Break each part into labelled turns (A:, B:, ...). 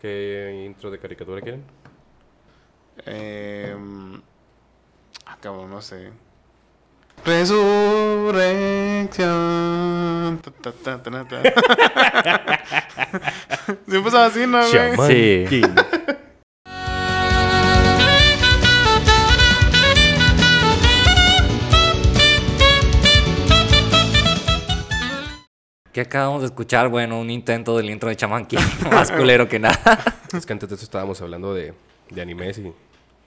A: ¿Qué intro de caricatura quieren?
B: Eh, ah, cabrón, no sé. Resurrección. Ta, ta, ta, ta, ta. Siempre estaba así, ¿no, güey?
A: Shaman
C: Sí.
A: King.
C: ¿Qué acabamos de escuchar? Bueno, un intento del intro de Chaman King, más culero que nada.
A: Es que antes de eso estábamos hablando de, de animes y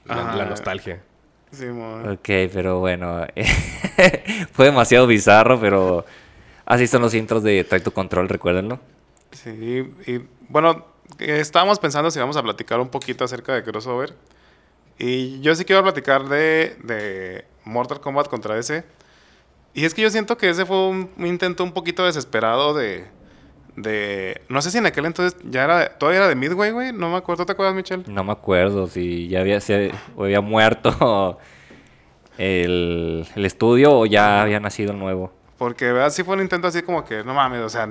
A: la,
B: Ajá.
A: la nostalgia.
B: Sí, mon.
C: Ok, pero bueno, eh, fue demasiado bizarro, pero así son los intros de Try to Control, recuérdenlo.
B: Sí, y, y, bueno, eh, estábamos pensando si vamos a platicar un poquito acerca de crossover. Y yo sí quiero platicar de, de Mortal Kombat contra ese. Y es que yo siento que ese fue un, un intento un poquito desesperado de, de... No sé si en aquel entonces ya era... Todavía era de Midway, güey. No me acuerdo. ¿Te acuerdas, Michelle?
C: No me acuerdo si ya había, se- o había muerto el, el estudio o ya había nacido el nuevo.
B: Porque, ¿verdad? Sí fue un intento así como que, no mames, o sea,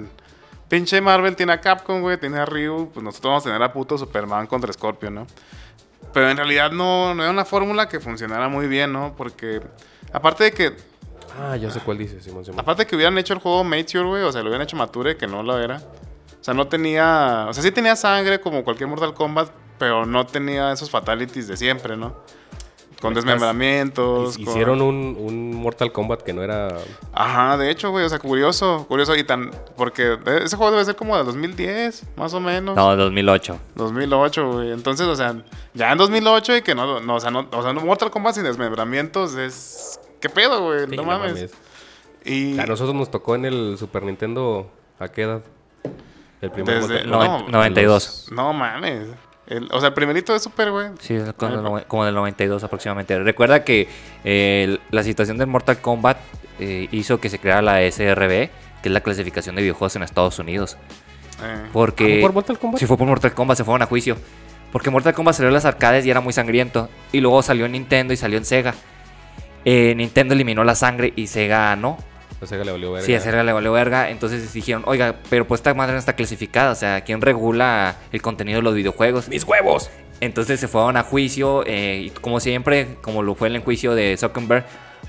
B: pinche Marvel tiene a Capcom, güey, tiene a Ryu, pues nosotros vamos a tener a puto Superman contra Scorpion, ¿no? Pero en realidad no, no era una fórmula que funcionara muy bien, ¿no? Porque, aparte de que,
A: Ah, ya sé cuál dice, Simón Simón.
B: aparte de que hubieran hecho el juego Mature, güey, o sea, lo hubieran hecho Mature, que no lo era. O sea, no tenía, o sea, sí tenía sangre como cualquier Mortal Kombat, pero no tenía esos fatalities de siempre, ¿no? Con
A: Estas-
B: desmembramientos.
A: Hi-
B: con-
A: Hicieron un, un Mortal Kombat que no era.
B: Ajá, de hecho, güey, o sea, curioso, curioso y tan... Porque ese juego debe ser como de 2010, más o menos.
C: No, 2008.
B: 2008, güey. Entonces, o sea, ya en 2008 y que no, no, o sea, no, o sea, no Mortal Kombat sin desmembramientos es... ¿Qué pedo, güey?
A: Sí,
B: No mames. Y...
A: A nosotros nos tocó en el Super Nintendo. ¿A qué edad? El primer
B: Desde-
A: Mortal
B: No,
A: Kombat.
C: Noven- 92.
B: No mames. El- o sea, el primerito es súper, güey.
C: Sí, es
A: Ah,
C: como, del noven- como del 92 aproximadamente. Recuerda que eh, la situación del Mortal Kombat eh, hizo que se creara la SRB, que es la clasificación de videojuegos en Estados Unidos.
B: Eh,
C: Porque
A: ¿Ah, por Mortal Kombat?
C: Sí, fue por Mortal Kombat, se fueron a juicio. Porque Mortal Kombat salió en las arcades y era muy sangriento. Y luego salió en Nintendo y salió en Sega. Eh, Nintendo eliminó la sangre y Sega no.
A: A Sega le valió verga.
C: Sí, a Sega le valió verga. Entonces dijeron, oiga, pero pues esta madre no está clasificada. O sea, ¿quién regula el contenido de los videojuegos?
A: ¡Mis huevos!
C: Entonces se fueron a juicio eh, y como siempre, como lo fue en el juicio de Zuckerberg,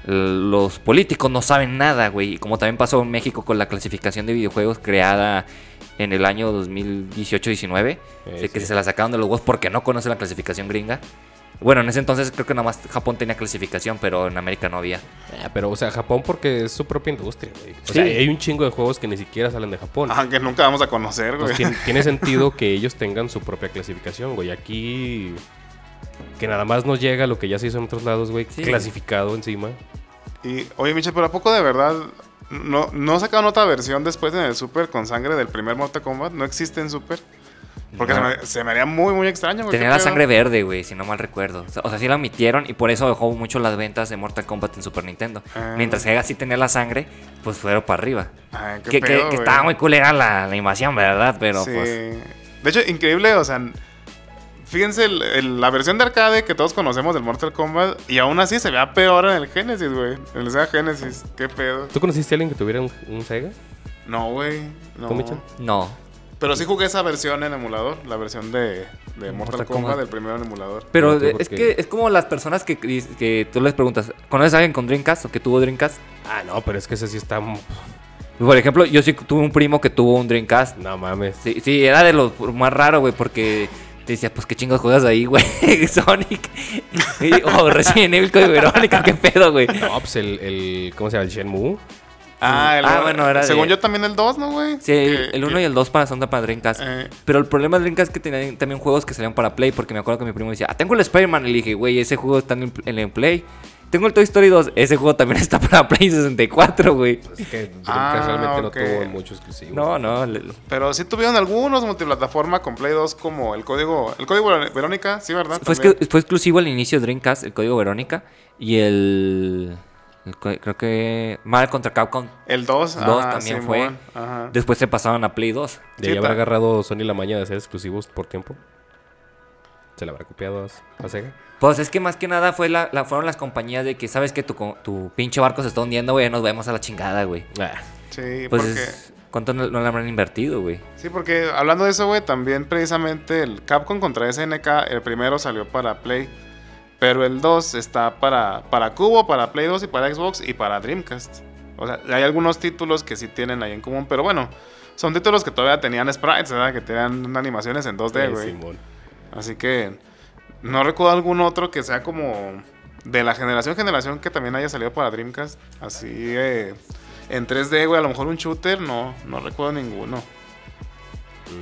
C: l- los políticos no saben nada, güey. Y como también pasó en México con la clasificación de videojuegos creada en el año 2018-19,
A: Eh,
C: de que
A: sí.
C: se la sacaron de los huevos porque no conocen la clasificación gringa. Bueno, en ese entonces creo que nada más Japón tenía clasificación, pero en América no había.
A: Ah, pero, o sea, Japón porque es su propia industria, güey. O sea, hay un chingo de juegos que ni siquiera salen de Japón.
B: ajá, que nunca vamos a conocer, güey.
C: Pues
A: Entonces, tiene, Pues, tiene sentido que ellos tengan su propia clasificación, güey. Aquí. Que nada más nos llega lo que ya se hizo en otros lados, güey.
C: Sí.
A: Clasificado encima.
B: Y, oye, Michelle, pero ¿a poco de verdad no, no sacaron otra versión después en el Super con sangre del primer Mortal Kombat? ¿No existe en Super? Porque
C: No.
B: se, me, se me haría muy, muy extraño, güey.
C: Tenía
B: ¿qué
C: la
B: pedo?
C: sangre verde, güey, si no mal recuerdo. O sea, o sea, sí la omitieron y por eso dejó mucho las ventas de Mortal Kombat en Super Nintendo.
B: Ah.
C: Mientras Sega sí tenía la sangre, pues fueron para arriba.
B: Ay, Ah, qué
C: que, que-
B: pedo,
C: que
B: güey.
C: estaba muy culera la, la invasión, ¿verdad? Pero
B: Sí.
C: pues.
B: De hecho, increíble, o sea. Fíjense, el- el- la versión de arcade que todos conocemos del Mortal Kombat. Y aún así se vea peor en el Genesis, güey. En el Sega Genesis, qué pedo.
A: ¿Tú conociste a alguien que tuviera un, un Sega?
B: No, güey. No.
A: ¿Tú, Michelle?
C: No.
B: Pero sí jugué esa versión en emulador. La versión de, de Mortal,
C: Mortal
B: Kombat,
C: Kombat.
B: del primero en emulador.
C: Pero
A: No sé por
C: es
A: qué.
C: que es como las personas que, que tú les preguntas, ¿conoces a alguien con Dreamcast o que tuvo Dreamcast?
A: Ah, no, pero es que ese sí está. No
C: Por ejemplo, yo sí tuve un primo que tuvo un Dreamcast.
A: mames.
C: Sí, sí, era de los más raro, güey, porque te decía, pues qué chingos juegas ahí, güey, Sonic. Y- O Resident Evil Code Verónica, qué pedo, güey.
A: No, pues el, el- ¿Cómo se llama? El Shenmue.
B: Ah, el,
C: Ah, bueno, era
B: Según
C: de-
B: yo también el 2, ¿no, güey?
C: Sí,
B: Que-
C: el 1 y el 2 para son para Dreamcast.
B: Eh.
C: Pero el problema de Dreamcast es que tenían también juegos que salían para Play. Porque me acuerdo que mi primo decía, ah, tengo el Spider-Man. Y le dije, güey, ese juego está en, en el Play. Tengo el Toy Story 2. Ese juego también está para Play 64, güey.
A: Es que Dreamcast
B: Ah,
A: realmente
B: ok.
A: no tuvo mucho exclusivo.
C: No, no. le-
B: Pero sí tuvieron algunos multiplataforma con Play 2 como el código... El código Ver- Verónica, sí, ¿verdad?
C: Fue,
B: Ah, También.
C: exclu- fue exclusivo al inicio de Dreamcast, el código Verónica. Y el. el co- creo que. Marvel contra Capcom.
B: El 2.
C: 2 también fue.
B: Ajá.
C: Después se pasaron a Play 2.
A: De ahí
B: Sí,
A: habrá
B: ta-
A: agarrado Sony la maña de hacer exclusivos por tiempo. Se la habrá copiado a, a Sega.
C: Pues es que más que nada fue la, la- fueron las compañías de que, sabes que tu, co- tu pinche barco se está hundiendo, güey. Nos vemos a la chingada, güey.
A: Ah,
B: Sí,
C: Pues
B: porque...
C: es ¿Cuánto no, no le habrán invertido, güey?
B: Sí, porque hablando de eso, güey, también precisamente el Capcom contra SNK, el primero salió para Play, pero el 2 está para, para Cubo, para Play 2 y para Xbox y para Dreamcast. O sea, hay algunos títulos que sí tienen ahí en común, pero bueno, son títulos que todavía tenían sprites, ¿verdad? Que tenían animaciones en 2D,
A: Eh,
B: güey.
A: Simón.
B: Así que no recuerdo algún otro que sea como de la generación generación que también haya salido para Dreamcast. Así eh, en 3D, güey, a lo mejor un shooter, no, no recuerdo ninguno.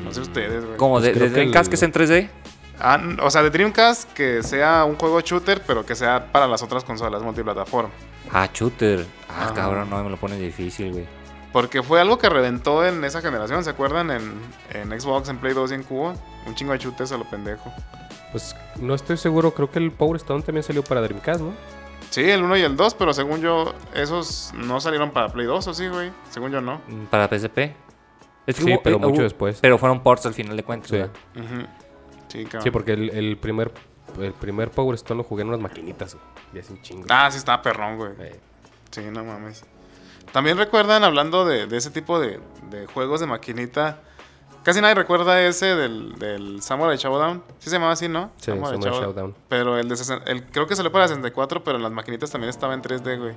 B: No sé ustedes, güey.
C: Como
A: Pues
C: de,
A: creo
C: de
A: que el-
C: Dreamcast que es en 3D.
B: Ah, n- o sea, de Dreamcast que sea un juego shooter, pero que sea para las otras consolas multiplataforma.
C: Ah, shooter. Ah,
B: Ah.
C: cabrón, no me lo pones difícil, güey.
B: Porque fue algo que reventó en esa generación, ¿se acuerdan? En, en Xbox, en Play 2 y en Cubo. Un chingo de shooters a lo pendejo.
A: Pues no estoy seguro, creo que el Power Stone también salió para Dreamcast, ¿no?
B: Sí, el 1 y el 2, pero según yo, esos no salieron para Play 2, ¿o sí, güey? Según yo, no.
C: Mm, Para PSP. Es
A: Sí, pero
C: eh,
A: mucho después.
C: Pero fueron ports al final de cuentas,
A: Sí.
C: ¿verdad?
B: Ujú. Sí, cabrón.
A: Sí, porque el, el primer el primer Power Stone lo jugué en unas maquinitas, güey. Y así un chingo.
B: Ah, sí, estaba perrón, güey.
A: Eh,
B: Sí, no mames. También recuerdan, hablando de, de ese tipo de, de juegos de maquinita, casi nadie recuerda ese del, del Samurai Showdown. Sí se llamaba así, ¿no?
A: Sí, Samurai Showdown.
B: Pero el de 60 el, creo que salió para 64, pero en las maquinitas también estaba en 3D, güey.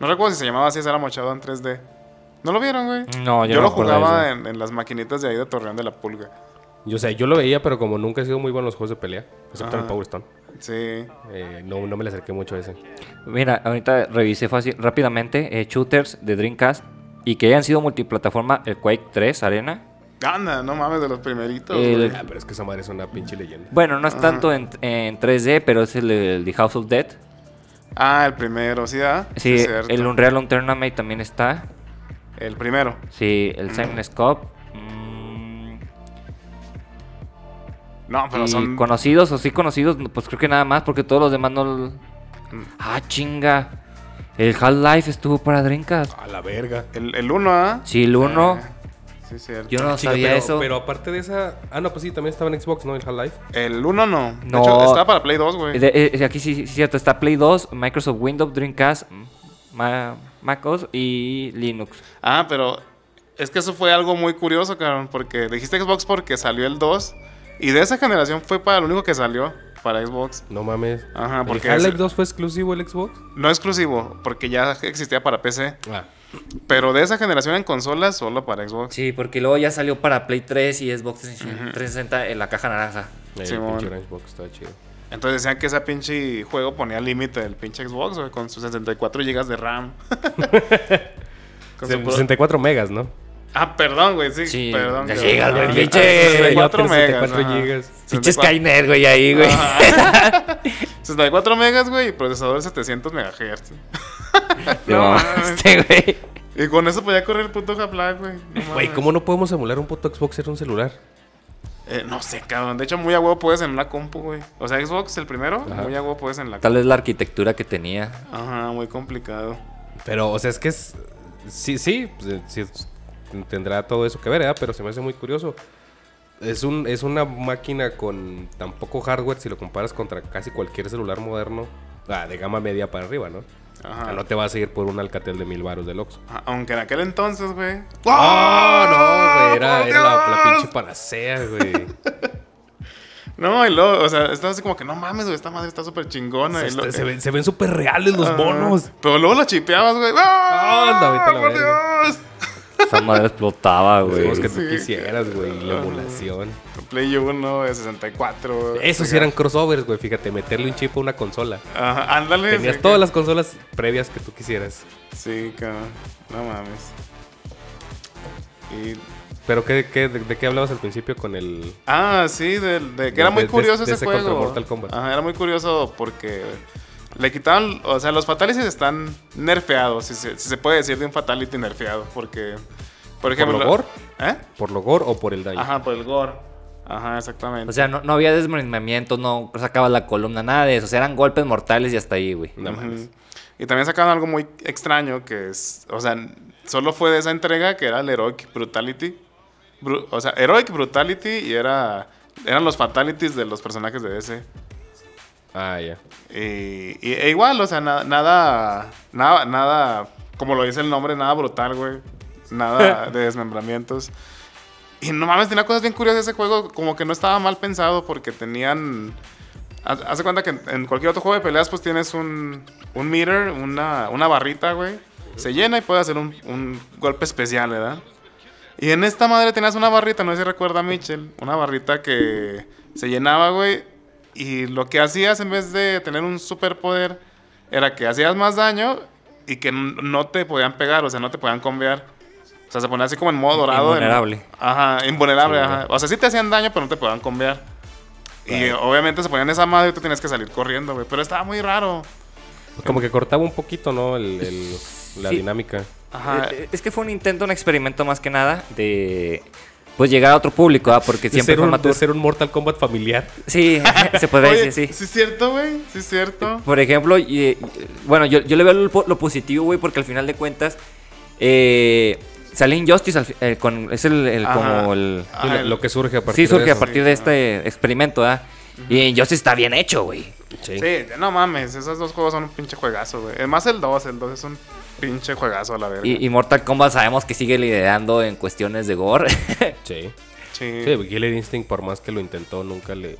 B: No recuerdo si se llamaba así Samurai Showdown 3D. ¿No lo vieron, güey?
C: No, yo
B: yo
C: no
B: lo
C: me acuerdo de
B: jugaba
C: ese.
B: en, en las maquinitas de ahí de Torreón de la Pulga.
A: Yo, o sea, yo lo veía, pero como nunca he sido muy bueno en los juegos de pelea, excepto en
B: Ajá.
A: el Power Stone,
B: Sí.
A: eh, no, no me le acerqué mucho a ese.
C: Mira, ahorita revisé fácil, rápidamente eh, shooters de Dreamcast y que hayan sido multiplataforma el Quake 3 Arena.
B: Anda, no mames, de los primeritos.
C: El-
B: güey.
A: Ah, pero es que esa madre es una pinche leyenda.
C: Bueno, no es tanto en, en 3D, pero es el, el de House of Dead.
B: Ah, el primero, sí, ah?
C: Sí,
B: es cierto.
C: el Unreal on Tournament también está.
B: el primero.
C: Sí, el Simon Scope. Mm,
B: No, pero
C: y
B: son.
C: conocidos o sí conocidos, pues creo que nada más, porque todos los demás no. l-
A: Mm.
C: Ah, chinga. El Half-Life estuvo para Dreamcast.
A: A la verga.
B: El, el uno, ¿ah?
C: Sí, el 1.
B: Ah, sí, cierto.
C: Yo no
A: Eh, Chinga,
C: sabía
A: pero,
C: eso.
A: pero aparte de esa. Ah, no, pues sí, también estaba en Xbox, ¿no? El Half-Life.
B: El 1 no. De
C: No.
B: hecho, está para Play 2, güey.
C: De- eh, eh, aquí sí, sí, es cierto, está Play 2, Microsoft Windows, Dreamcast, mm, Ma- Mac OS y Linux.
B: Ah, pero es que eso fue algo muy curioso, cabrón. Porque dijiste Xbox porque salió el 2. Y de esa generación fue para lo único que salió. Para Xbox.
A: No mames.
B: Ajá, porque
A: ¿El Half-Life
B: es-
A: 2 fue exclusivo el Xbox?
B: No exclusivo, porque ya existía para PC.
A: Ah.
B: Pero de esa generación en consolas, solo para Xbox.
C: Sí, porque luego ya salió para Play 3 y Xbox 360 en la caja naranja.
A: El
B: Simón.
A: pinche Orange Box estaba chido.
B: Entonces decían que ese pinche juego ponía límite del pinche Xbox, güey, con sus 64 GB de RAM. Con su puro-
A: 64 megas, ¿no?
B: Ah, perdón, güey, sí.
C: Sí,
B: perdón.
C: ya
B: cabrón.
C: llegas, güey,
B: Ah,
C: pinche-
B: 64 megas.
A: 64
B: ajá.
A: gigas.
C: Pinche
B: 64
C: Skynet, güey, ahí,
A: Ah.
C: güey.
B: Ajá. 64 megas, güey, y procesador 700 megahertz.
C: No,
B: No,
C: este, güey.
B: Y con eso podía correr el puto Half-Life, güey. No
A: Güey,
B: mames.
A: ¿cómo no podemos emular un puto Xbox en un celular?
B: Eh, no sé, cabrón. De hecho, muy a huevo puedes en una compu, güey. O sea, Xbox, el primero,
A: Ajá.
B: muy a huevo puedes en la compu.
C: Tal vez la arquitectura que tenía.
B: Ajá, muy complicado.
A: Pero, o sea, es que es. Sí, sí, pues, eh, sí, es- tendrá todo eso que ver, ¿verdad? Pero se me hace muy curioso. Es, un, es una máquina con tan poco hardware si lo comparas contra casi cualquier celular moderno. ah, de gama media para arriba, ¿no? O sea,
B: Ajá.
A: no te vas a ir por un Alcatel de mil baros del Oxxo.
B: Ajá, Ah, Aunque en aquel entonces, güey.
A: ¡Oh, no! Güey, era
B: ¡Ah! ¡Por
A: era la, la
B: Dios!
A: pinche panacea, güey.
B: No, y luego, o sea, estás así como que no mames, güey, esta madre está súper chingona.
A: se,
B: y lo-
A: se ven, se ven súper reales los
B: Ah,
A: monos.
B: Pero luego lo chipeabas, güey.
A: Anda,
B: ¡Ah!
A: vete a la
B: ¡Por
A: verga.
B: Dios!
C: Esa madre explotaba, güey.
A: Los Pues que tú
B: sí. Ah.
A: quisieras, güey. y La
B: Ajá.
A: emulación.
B: Play 1 de 64. güey.
A: Esos sí eran crossovers, güey. Fíjate, meterle un chip a una consola.
B: Ajá, ándale.
A: Tenías
B: sí,
A: todas las consolas previas que tú quisieras.
B: Sí, cabrón. No mames. Y-
A: Pero ¿qué, qué- de, de qué hablabas al principio con el...
B: Ah, sí, de, de que era
A: De-
B: muy
A: de-
B: curioso
A: de
B: ese
A: ese contra
B: juego.
A: Mortal Kombat.
B: Ajá, era muy curioso porque le quitaron. O sea, los fatalities están nerfeados, si se, si se puede decir de un fatality nerfeado. Porque, por ejemplo.
A: lo gore?
B: ¿Eh?
A: ¿Por lo gore o por el daño?
B: Ajá, por el gore. Ajá, exactamente.
C: O sea, no, no había desmembramiento, no sacaba la columna, nada de eso. O sea, eran golpes mortales y hasta ahí, güey.
A: No
B: Ujú.
A: mames.
B: Y también sacaron algo muy extraño que es, o sea, solo fue de esa entrega que era el Heroic Brutality. Bru- o sea, Heroic Brutality y era eran los fatalities de los personajes de DC.
A: Ah, ya.
B: Y, y- e igual, o sea, na- nada nada nada como lo dice el nombre, nada brutal, güey. nada de desmembramientos. Y no mames, tenía cosas bien curiosas ese juego, como que no estaba mal pensado porque tenían... haz- Haz de cuenta que en- en cualquier otro juego de peleas pues tienes un, un meter, una, una barrita, güey. Se llena y puedes hacer un, un golpe especial, ¿verdad? Y en esta madre tenías una barrita, no sé si recuerda a Mitchell, una barrita que se llenaba, güey. Y lo que hacías en vez de tener un superpoder era que hacías más daño y que n- no te podían pegar, o sea, no te podían combear. O sea, se ponía así como en modo dorado. en-
C: Invulnerable.
B: ajá, invulnerable,
C: Sí,
B: ajá. O sea, sí te hacían daño, pero no te podían combear. Y obviamente se ponían esa madre y tú tenías que salir corriendo, güey. Pero estaba muy raro.
A: Como que cortaba un poquito, ¿no? El, el- la
C: Sí.
A: dinámica.
B: Ajá.
C: Eh, eh, Es que fue un intento, un experimento más que nada de pues llegar a otro público, ¿ah? porque
A: De
C: siempre
A: ser,
C: fue
A: un, de
C: Matur.
A: ser un Mortal Kombat familiar.
C: Sí, se podría
B: Oye,
C: decir, Pues
B: Sí,
C: sí.
B: es cierto, güey. Sí, es cierto.
C: Por ejemplo, y, eh, bueno, yo, yo le veo lo, po- lo positivo, güey, porque al final de cuentas eh, sale Injustice al fi- eh, con, es el, el
B: Ajá.
C: como el...
B: Ah,
A: Y lo,
B: el-
A: lo que surge a partir
C: Sí, surge
A: de
C: a
A: eso.
C: partir de este experimento, ¿ah? Y Injustice está bien hecho, güey.
A: Sí.
B: Sí, no mames, esos dos juegos son un pinche juegazo, güey. Además el 2, el 2 es un pinche juegazo a la verga.
C: Y, y Mortal Kombat sabemos que sigue liderando en cuestiones de gore.
A: Sí.
B: sí.
A: Sí, Killer Instinct, por más que lo intentó, nunca le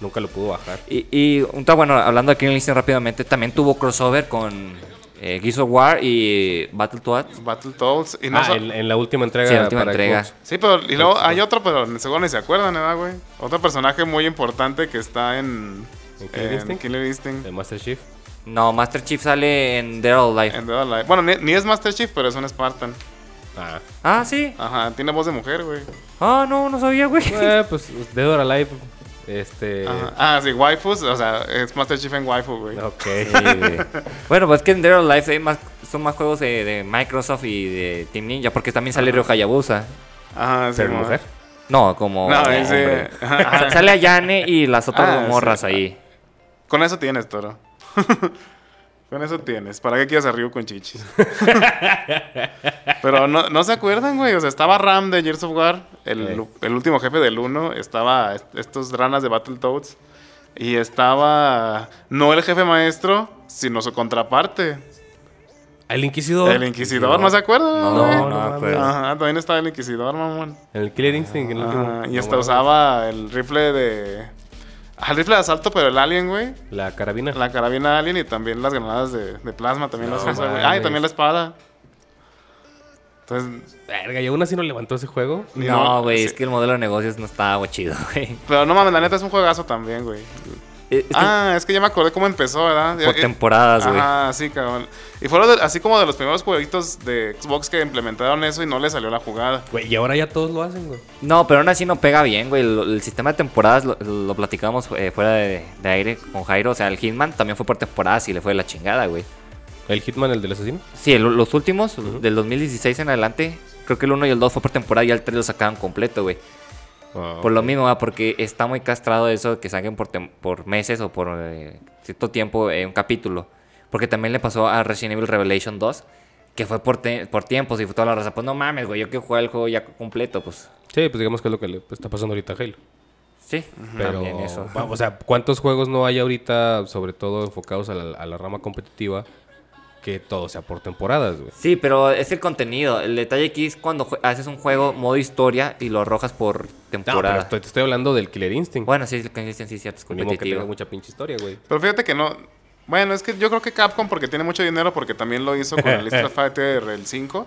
A: nunca lo pudo bajar.
C: Y, y un tal- bueno, hablando de Killing Instinct rápidamente, también tuvo crossover con eh, Gears of War y Battletoads.
B: Battletoads y no
A: Ah,
B: so-
A: en, en la última entrega.
C: Sí, la última
A: para
C: entrega.
A: Xbox.
B: Sí, pero y luego hay otro, pero seguro ni se acuerdan, ¿verdad, güey? Otro personaje muy importante que está en,
A: ¿En Killer Instinct?
B: Killer Instinct,
A: De Master Chief.
C: No, Master Chief sale en Dead or Alive.
B: en Dead or Alive. Bueno, ni, ni es Master Chief, pero es un Spartan.
A: Ah.
C: Ah, sí.
B: Ajá, tiene voz de mujer, güey.
C: Ah, no, no sabía, güey.
A: Eh, pues Dead or Alive. Este.
B: Ajá. Ah, sí, waifus, o sea, es Master Chief en waifu, güey.
A: Ok.
C: Sí, güey. bueno, pues es que en Dead or Alive hay más, son más juegos de, de Microsoft y de Team Ninja, porque también sale Ryo Hayabusa.
B: Ajá, sí.
A: Ser
B: mo-
A: mujer.
C: No, como.
B: No,
C: como
B: ese-
C: hombre. Sa- sale Ayane y las otras
B: Ah,
C: dos morras
B: sí.
C: ahí.
B: Con eso tienes, toro. con eso tienes. ¿Para qué quieres a Ryu con chichis? Pero no, no se acuerdan, güey. O sea, estaba Ram de Gears of War, el,
A: Ey.
B: el último jefe del 1. Estaba est- estos ranas de Battletoads. Y estaba no el jefe maestro, sino su contraparte.
A: El Inquisidor.
B: El Inquisidor, ¿no se acuerdan?
C: No,
B: güey?
C: no, pues.
A: no,
C: me acuerdo.
B: Ajá, también estaba el Inquisidor, mamón.
A: En el Killer Instinct. en el último.
B: Ajá, y
A: No
B: hasta
A: mames.
B: usaba el rifle de. ah, El rifle de asalto, pero el alien, güey.
A: La carabina.
B: La carabina alien y también las granadas de, de plasma también
A: No
B: las usa, güey.
A: mames.
B: Ah, y también la espada. Entonces,
A: Verga, y aún así no levantó ese juego.
B: ni
C: No, güey,
B: sí.
C: es que el modelo de negocios no estaba güey, chido, güey.
B: Pero no mames, la neta es un juegazo también, güey.
C: Es que
B: Ah, es que ya me acordé cómo empezó, ¿verdad?
C: por
B: Eh,
C: temporadas, güey.
B: Ajá, sí, cabrón. Y fueron de- así como de los primeros jueguitos de Xbox que implementaron eso y no le salió la jugada.
A: Güey, y ahora ya todos lo hacen, güey.
C: No, pero aún así no pega bien, güey. Lo- El, sistema de temporadas lo, lo platicamos eh, fuera de, de aire con Jairo. O sea, el Hitman también fue por temporadas y le fue de la chingada, güey.
A: El Hitman, el del asesino.
C: Sí, el- los últimos, del 2016 en adelante, creo que el 1 y el 2 fue por temporada y el 3 lo sacaban completo, güey.
A: Ah,
C: Por lo mismo, ah, porque está muy castrado eso de que saquen por, tem- por meses o por eh, cierto tiempo eh, un capítulo. Porque también le pasó a Resident Evil Revelation 2, que fue por, te- por tiempos y fue toda la raza. Pues no mames, güey, yo quiero jugar el juego ya completo, pues.
A: Sí, pues digamos que es lo que le está pasando ahorita a Halo.
C: Sí,
A: Pero,
C: también eso.
A: va- o sea, ¿cuántos juegos no hay ahorita, sobre todo enfocados a la, a la rama competitiva, que todo sea por temporadas, güey?
C: Sí, pero es el contenido. El detalle aquí es cuando jue- haces un juego modo historia y lo arrojas por
A: No, pero
C: temporada.
A: estoy- te estoy hablando del Killer Instinct.
C: Bueno, sí, es lo que dicen, sí, cierto, es
A: Ni modo que tenga
C: competitivo.
A: mucha pinche historia, güey.
B: Pero fíjate que no. Bueno, es que yo creo que Capcom, porque tiene mucho dinero, porque también lo hizo con el Street Fighter el 5.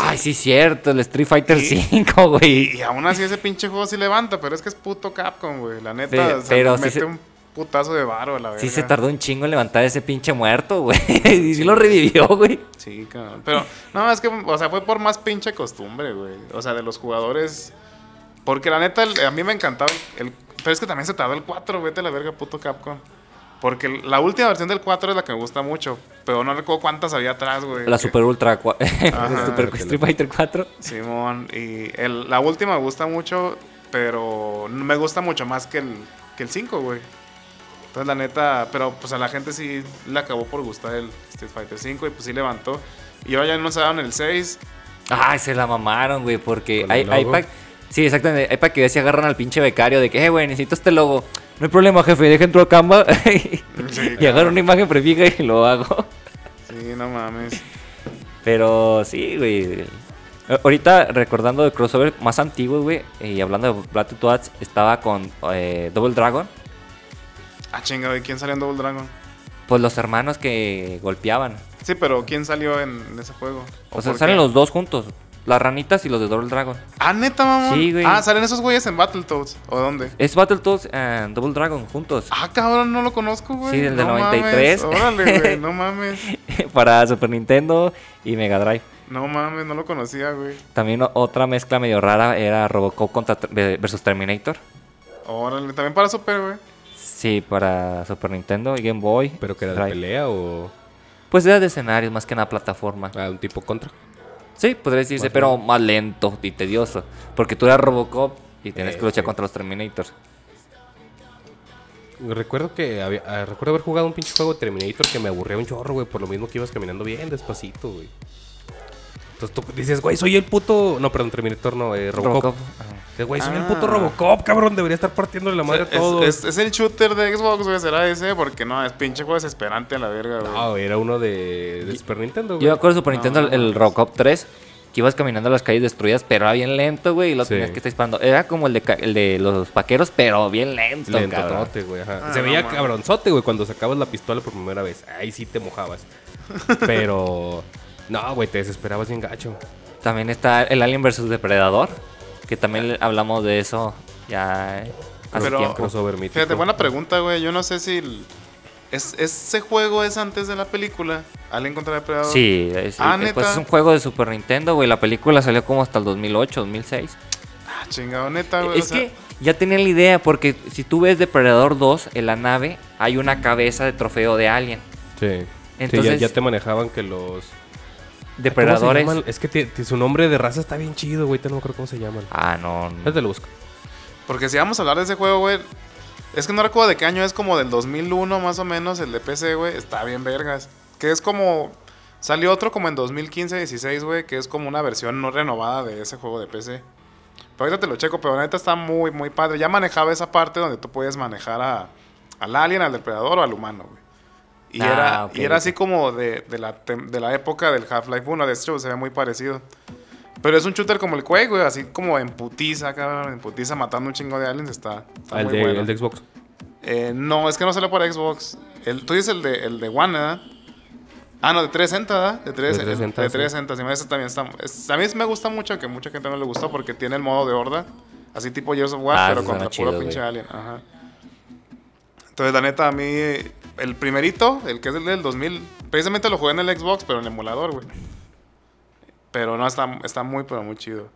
C: Ay, sí, cierto, el Street Fighter
B: Sí.
C: 5, güey.
B: Y aún así ese pinche juego sí levanta, pero es que es puto Capcom, güey. La neta,
C: Pe-
B: o sea,
C: pero sí
B: mete
C: se-
B: un putazo de varo, la verdad.
C: Sí se tardó un chingo en levantar ese pinche muerto, güey. Y sí lo revivió, güey.
B: Sí, cabrón. Pero, no, es que, o sea, fue por más pinche costumbre, güey. O sea, de los jugadores. Porque la neta, el- a mí me encantaba el, el- Pero es que también se tardó el 4, vete a la verga, puto Capcom. Porque la última versión del 4 es la que me gusta mucho. Pero no recuerdo cuántas había atrás, güey.
C: La
B: Que-
C: Super Ultra cua-
B: Ajá.
C: Super Street Fighter 4.
B: Simón, y el- la última me gusta mucho, pero no- me gusta mucho más que el, que el 5, güey. Entonces, la neta, pero pues a la gente sí le acabó por gustar el Street Fighter 5 y pues sí levantó. Y ahora ya no saben el 6.
C: Ay, se la mamaron, güey, porque
A: Con el
C: hay, hay
A: logo.
C: pa- Sí, exactamente. Hay pa' que se agarran al pinche becario de que, eh, güey, necesito este logo. No hay problema, jefe, deja entro a Canva. y agarro una imagen prefija y lo hago.
B: Sí, no mames.
C: Pero sí, güey. A- Ahorita recordando de crossover más antiguos, güey, y hablando de Blood to Ads, estaba con eh, Double Dragon.
B: Ah, chinga, ¿y quién salió en Double Dragon?
C: Pues los hermanos que golpeaban.
B: Sí, pero ¿quién salió en, en ese juego?
C: O sea,
B: por
C: salen
B: qué?
C: los dos juntos. Las ranitas y los de Double Dragon.
B: Ah, neta, mamón.
C: Sí, güey.
B: Ah, salen esos güeyes en Battletoads. ¿O dónde?
C: Es Battletoads and Double Dragon juntos.
B: Ah, cabrón, no lo conozco, güey.
C: Sí, el de
B: No
C: 93.
B: Mames. Órale, güey, no mames.
C: para Super Nintendo y Mega Drive.
B: No mames, no lo conocía, güey.
C: También o- otra mezcla medio rara era Robocop contra Ter- ve- versus Terminator.
B: Órale, también para Super, güey.
C: Sí, para Super Nintendo y Game Boy.
A: Pero que era de
C: Drive.
A: pelea o.
C: Pues era de escenarios más que nada plataforma.
A: Ah, un tipo contra.
C: Sí, podría decirse,
A: Más
C: pero más lento y tedioso. Porque tú eras Robocop y tenías
A: Eh,
C: que luchar
A: sí.
C: contra los Terminators.
A: Recuerdo que había- ah, recuerdo haber jugado un pinche juego de Terminator que me aburría un chorro, güey, por lo mismo que ibas caminando bien despacito, güey. Entonces tú dices, güey, soy el puto. No, perdón, Terminator no, eh, Robocop.
C: Robocop. ah.
A: Dices, güey, soy el
B: Ah.
A: puto Robocop, cabrón, debería estar partiéndole la madre a todos.
B: Es, es- es el shooter de Xbox, güey, será ese, porque no, es pinche juego desesperante a la verga, güey.
A: No, Ah, era uno de, de Super Nintendo,
C: Yo
A: güey.
C: me acuerdo de Super
B: No,
C: Nintendo el- el
B: mames.
C: Robocop 3, que ibas caminando a las calles destruidas, pero era bien lento, güey, y lo
A: Sí.
C: tenías que estar disparando. Era como el de, ca- el de los paqueros, pero bien lento, cabrón.
A: Lentotote, güey. ajá.
B: Ah,
A: Se
B: no
A: veía
B: mames.
A: cabronzote, güey, cuando sacabas la pistola por primera vez. Ahí sí te mojabas. Pero. No, güey, te desesperabas bien gacho.
C: También está el Alien vs Depredador, que también le- hablamos de eso ya eh, hace
B: Ah. Pero-
C: tiempo.
A: Crossover mítico.
B: Oh, Fíjate, buena pregunta, güey. Yo no sé si el- es, ese juego es antes de la película. Alien contra el Predador.
C: Sí, es,
B: Ah,
C: eh, pues
B: ¿neta?
C: es un juego de Super Nintendo, güey. La película salió como hasta el 2008, 2006.
B: Ah, chingado, neta, güey.
C: es
B: o sea,
C: que ya tenían la idea, porque si tú ves Depredador 2 en la nave, hay una cabeza de trofeo de Alien.
A: Sí.
C: Entonces-
A: Sí, ya, ya te manejaban que los.
C: Depredadores.
A: ¿Cómo se llaman? Es que ti- ti- su nombre de raza está bien chido, güey. te No me acuerdo cómo se llaman.
C: Ah, no. no.
A: Ya te lo busco.
B: Porque si vamos a hablar de ese juego, güey. Es que no recuerdo de qué año, es como del 2001 más o menos, el de PC, güey. Está bien vergas. Que es como... Salió otro como en 2015-16, güey, que es como una versión no renovada de ese juego de PC. Pero ahorita te lo checo, pero neta está muy, muy padre. Ya manejaba esa parte donde tú puedes manejar a, al alien, al depredador o al humano, güey. Y,
C: Ah,
B: era,
C: ok,
B: y era
C: ok.
B: así como de, de la, tem- de la época del Half-Life 1. De hecho, se ve muy parecido. Pero es un shooter como el Quake, güey. Así como en putiza, cabrón. En putiza matando un chingo de aliens. Está, está
A: Al
B: muy
A: de,
B: bueno.
A: Ah, el de Xbox.
B: Eh, no, es que no salió para Xbox. El, tú dices el de, el de One, ¿verdad? Ah, no, de 360, ¿verdad? De 360.
A: 360,
B: De
A: sí.
B: 360. sí, ese también está- es- a mí me gusta mucho, que mucha gente no le gusta porque tiene el modo de horda. Así tipo Gears of War,
C: Ah,
B: pero
C: eso suena
B: contra puro
C: chido,
B: pinche
C: güey.
B: alien. Ajá. Entonces, la neta, a mí, el primerito, el que es el del 2000, precisamente lo jugué en el Xbox, pero en el emulador, güey. Pero no, está, está muy, pero muy chido.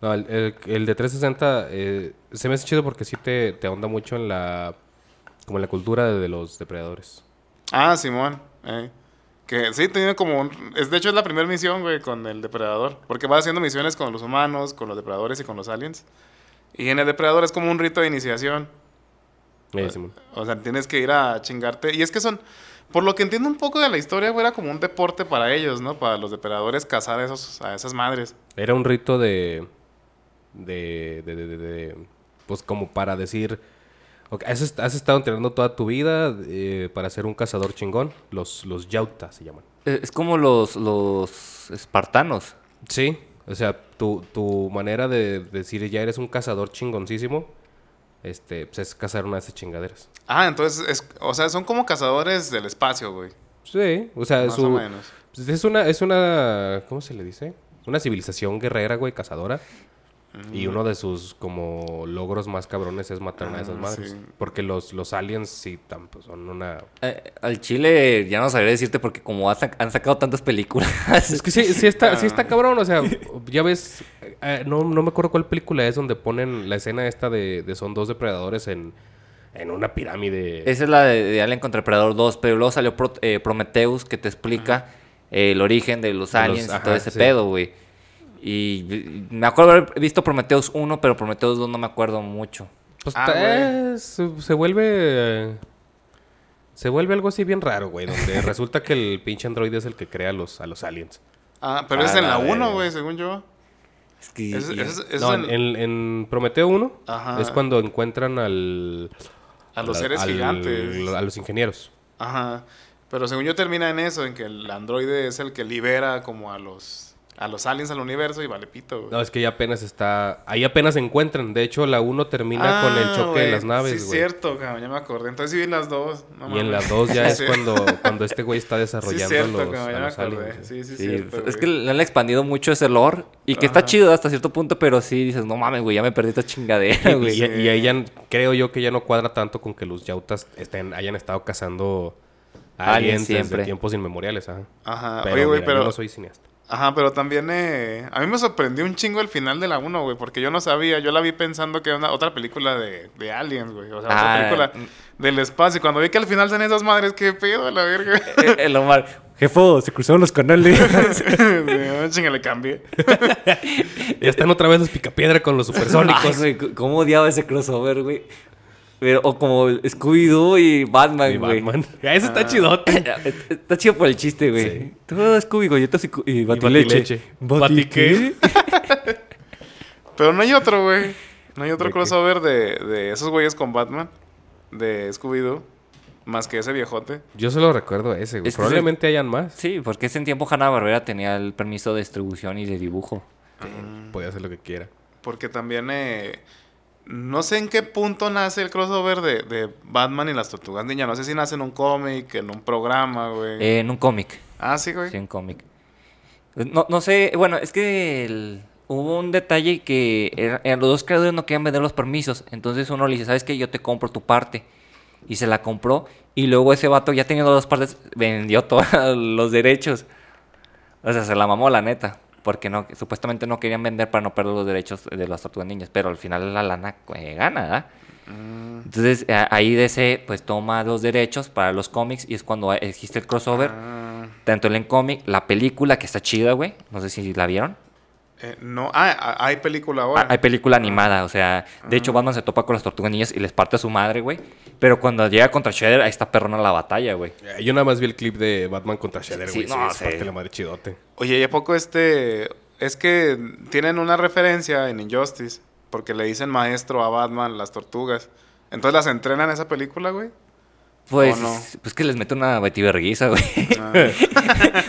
A: No, el, el- el de 360 eh, se me hace chido porque sí te, te ahonda mucho en la. Como en la cultura de los depredadores.
B: Ah, Simón. eh. Que sí, tiene como un... Es, de hecho, es la primera misión, güey, con el depredador. Porque vas haciendo misiones con los humanos, con los depredadores y con los aliens. Y en el depredador es como un rito de iniciación.
A: Eh, Simón.
B: O sea, tienes que ir a chingarte. Y es que son... Por lo que entiendo un poco de la historia, güey, era como un deporte para ellos, ¿no? Para los depredadores cazar a, esos, a esas madres.
A: Era un rito de. de. de. de. de- de- pues como para decir. "Ok, has, est- has estado entrenando toda tu vida eh, para ser un cazador chingón. Los, los Yauta se llaman.
C: Eh, Es como los, los espartanos.
A: Sí. O sea, tu, tu manera de decir ya eres un cazador chingoncísimo. Este, pues es cazar una de esas chingaderas.
B: Ah, entonces, es, o sea, son como cazadores del espacio, güey.
A: Sí, o sea,
B: Más
A: su-
B: o menos.
A: pues es una, es una, ¿cómo se le dice? Una civilización guerrera, güey, cazadora.
B: Mm.
A: Y uno de sus como logros más cabrones es matar a una de esas
B: Ah,
A: madres.
B: sí.
A: Porque los, los aliens sí tam- pues, son una...
C: Eh, al Chile ya no sabría decirte porque como ha sac- han sacado tantas películas.
A: Es que sí, sí está, sí
B: Ah.
A: está cabrón, o sea, ya ves, eh, eh, no, no me acuerdo cuál película es donde ponen la escena esta de, de son dos depredadores en, en una pirámide.
C: Esa es la de, de Alien contra Predador 2, pero luego salió Pro- eh, Prometheus que te explica eh, el origen de los
A: De los-
C: aliens y todo
A: ajá,
C: ese
A: sí.
C: pedo, güey. Y y me acuerdo haber visto Prometheus 1, pero Prometheus 2 no me acuerdo mucho.
A: Pues
B: Ah,
A: ta-
B: güey.
A: eh, se, se vuelve. eh, Se vuelve algo así bien raro, güey. Donde resulta que el pinche androide es el que crea a los, a los aliens.
B: Ah, pero
C: Ah,
B: es en
C: la
B: la
C: verga.
B: 1, güey, según yo.
C: Es que
B: Es,
C: y-
B: es- es
A: no,
B: en-
A: en, en, en Prometeo 1
B: Ajá.
A: es cuando encuentran al.
B: a los
A: al-
B: seres
A: al-
B: gigantes.
A: A los ingenieros.
B: Ajá. Pero según yo termina en eso, en que el androide es el que libera como a los a los aliens al universo y vale pito, güey.
A: No, es que ya apenas está. Ahí apenas se encuentran. De hecho, la 1 termina con el
B: Ah,
A: choque de
B: güey,
A: las naves,
B: Sí,
A: güey.
B: es cierto, cabrón, ya me acordé. Entonces sí vi las dos. no
A: y en
B: mames.
A: las dos ya
B: Sí,
A: es
B: sí.
A: cuando, cuando este güey está
B: Sí,
A: desarrollando
B: es cierto,
A: los,
B: cabrón,
A: a
B: ya me
A: los aliens.
B: acordé.
A: güey.
B: Sí, sí, es
C: Sí,
B: cierto.
C: es que
B: güey.
C: le han expandido mucho ese lore y que está
B: Ajá.
C: chido hasta cierto punto, pero sí dices, no mames, güey, ya me perdí esta chingadera,
A: Y,
C: güey.
A: y- y ahí ya creo yo que ya no cuadra tanto con que los yautas estén, hayan estado cazando
C: Aliens
A: aliens
C: siempre.
A: desde tiempos inmemoriales, ajá.
B: Ajá,
A: Pero,
B: Ah, oye, güey,
A: mira,
B: pero.
A: yo no soy cineasta.
B: Ajá, pero también. eh, a mí me sorprendió un chingo el final de la 1, güey, porque yo no sabía. Yo la vi pensando que era una, otra película de, de Aliens, güey. O sea,
C: Ah,
B: otra película
A: mm.
B: del espacio. Y cuando vi que al final son esas madres, qué pedo, la verga.
C: Eh, El Omar, jefo, se cruzaron los canales.
B: Sí, no, chinga, le cambié.
A: Ya están otra vez los picapiedra con los
C: Ay,
A: supersónicos.
C: güey, c- ¿Cómo odiaba ese crossover, güey? Pero, o como Scooby-Doo y Batman,
A: y
C: güey.
A: Batman. Eso
B: Ah.
A: está chidote.
C: Eh, Está chido por el chiste, güey.
A: Sí.
C: Todo Scooby, galletas y, cu- y batileche.
A: batileche. ¿Batiqué?
B: Pero no hay otro, güey. No hay otro
A: ¿De qué?
B: crossover de, de esos güeyes con Batman, de Scooby-Doo, más que ese viejote.
A: Yo solo recuerdo ese, güey.
C: Este Es que
A: Probablemente hayan más.
C: Sí, porque ese tiempo Hanna Barbera tenía el permiso de distribución y de dibujo.
A: Podía hacer lo que quiera.
B: Porque también, eh, no sé en qué punto nace el crossover de, de Batman y las Tortugas Ninja. No sé si nace en un cómic, en un programa, güey.
C: Eh, en un cómic.
B: ah, sí, güey.
C: Sí, un cómic. No, no sé, bueno, es que el- hubo un detalle que era- eran los dos creadores no querían vender los permisos. Entonces uno le dice, ¿sabes qué? Yo te compro tu parte. Y se la compró. Y luego ese vato, ya teniendo las dos partes, vendió todos los derechos. O sea, se la mamó la neta. Porque no, supuestamente no querían vender para no perder los derechos de las tortugas niñas. Pero al final la lana eh, gana, ¿verdad? Entonces a- ahí DC pues toma los derechos para los cómics y es cuando existe el crossover.
B: Ah,
C: Tanto el en cómic, la película que está chida, güey. No sé si la vieron.
B: eh, no, ah, ah, hay película
C: Ah,
B: ahora.
C: Hay película animada, o sea, de hecho Batman se topa con las tortugas niñas y les parte a su madre, güey. Pero cuando llega contra Shredder, ahí está perrona la batalla, güey.
A: Eh, Yo nada más vi el clip de Batman contra Shredder,
C: Sí,
A: güey. Sí,
C: no,
A: es
C: sí.
A: parte de la madre chidote.
B: Oye, ¿y a poco este...? Es que tienen una referencia en Injustice, porque le dicen maestro a Batman las tortugas. Entonces las entrenan en esa película, güey.
C: Pues,
B: no?
C: pues que les mete una betiverguiza, güey.
B: Ah.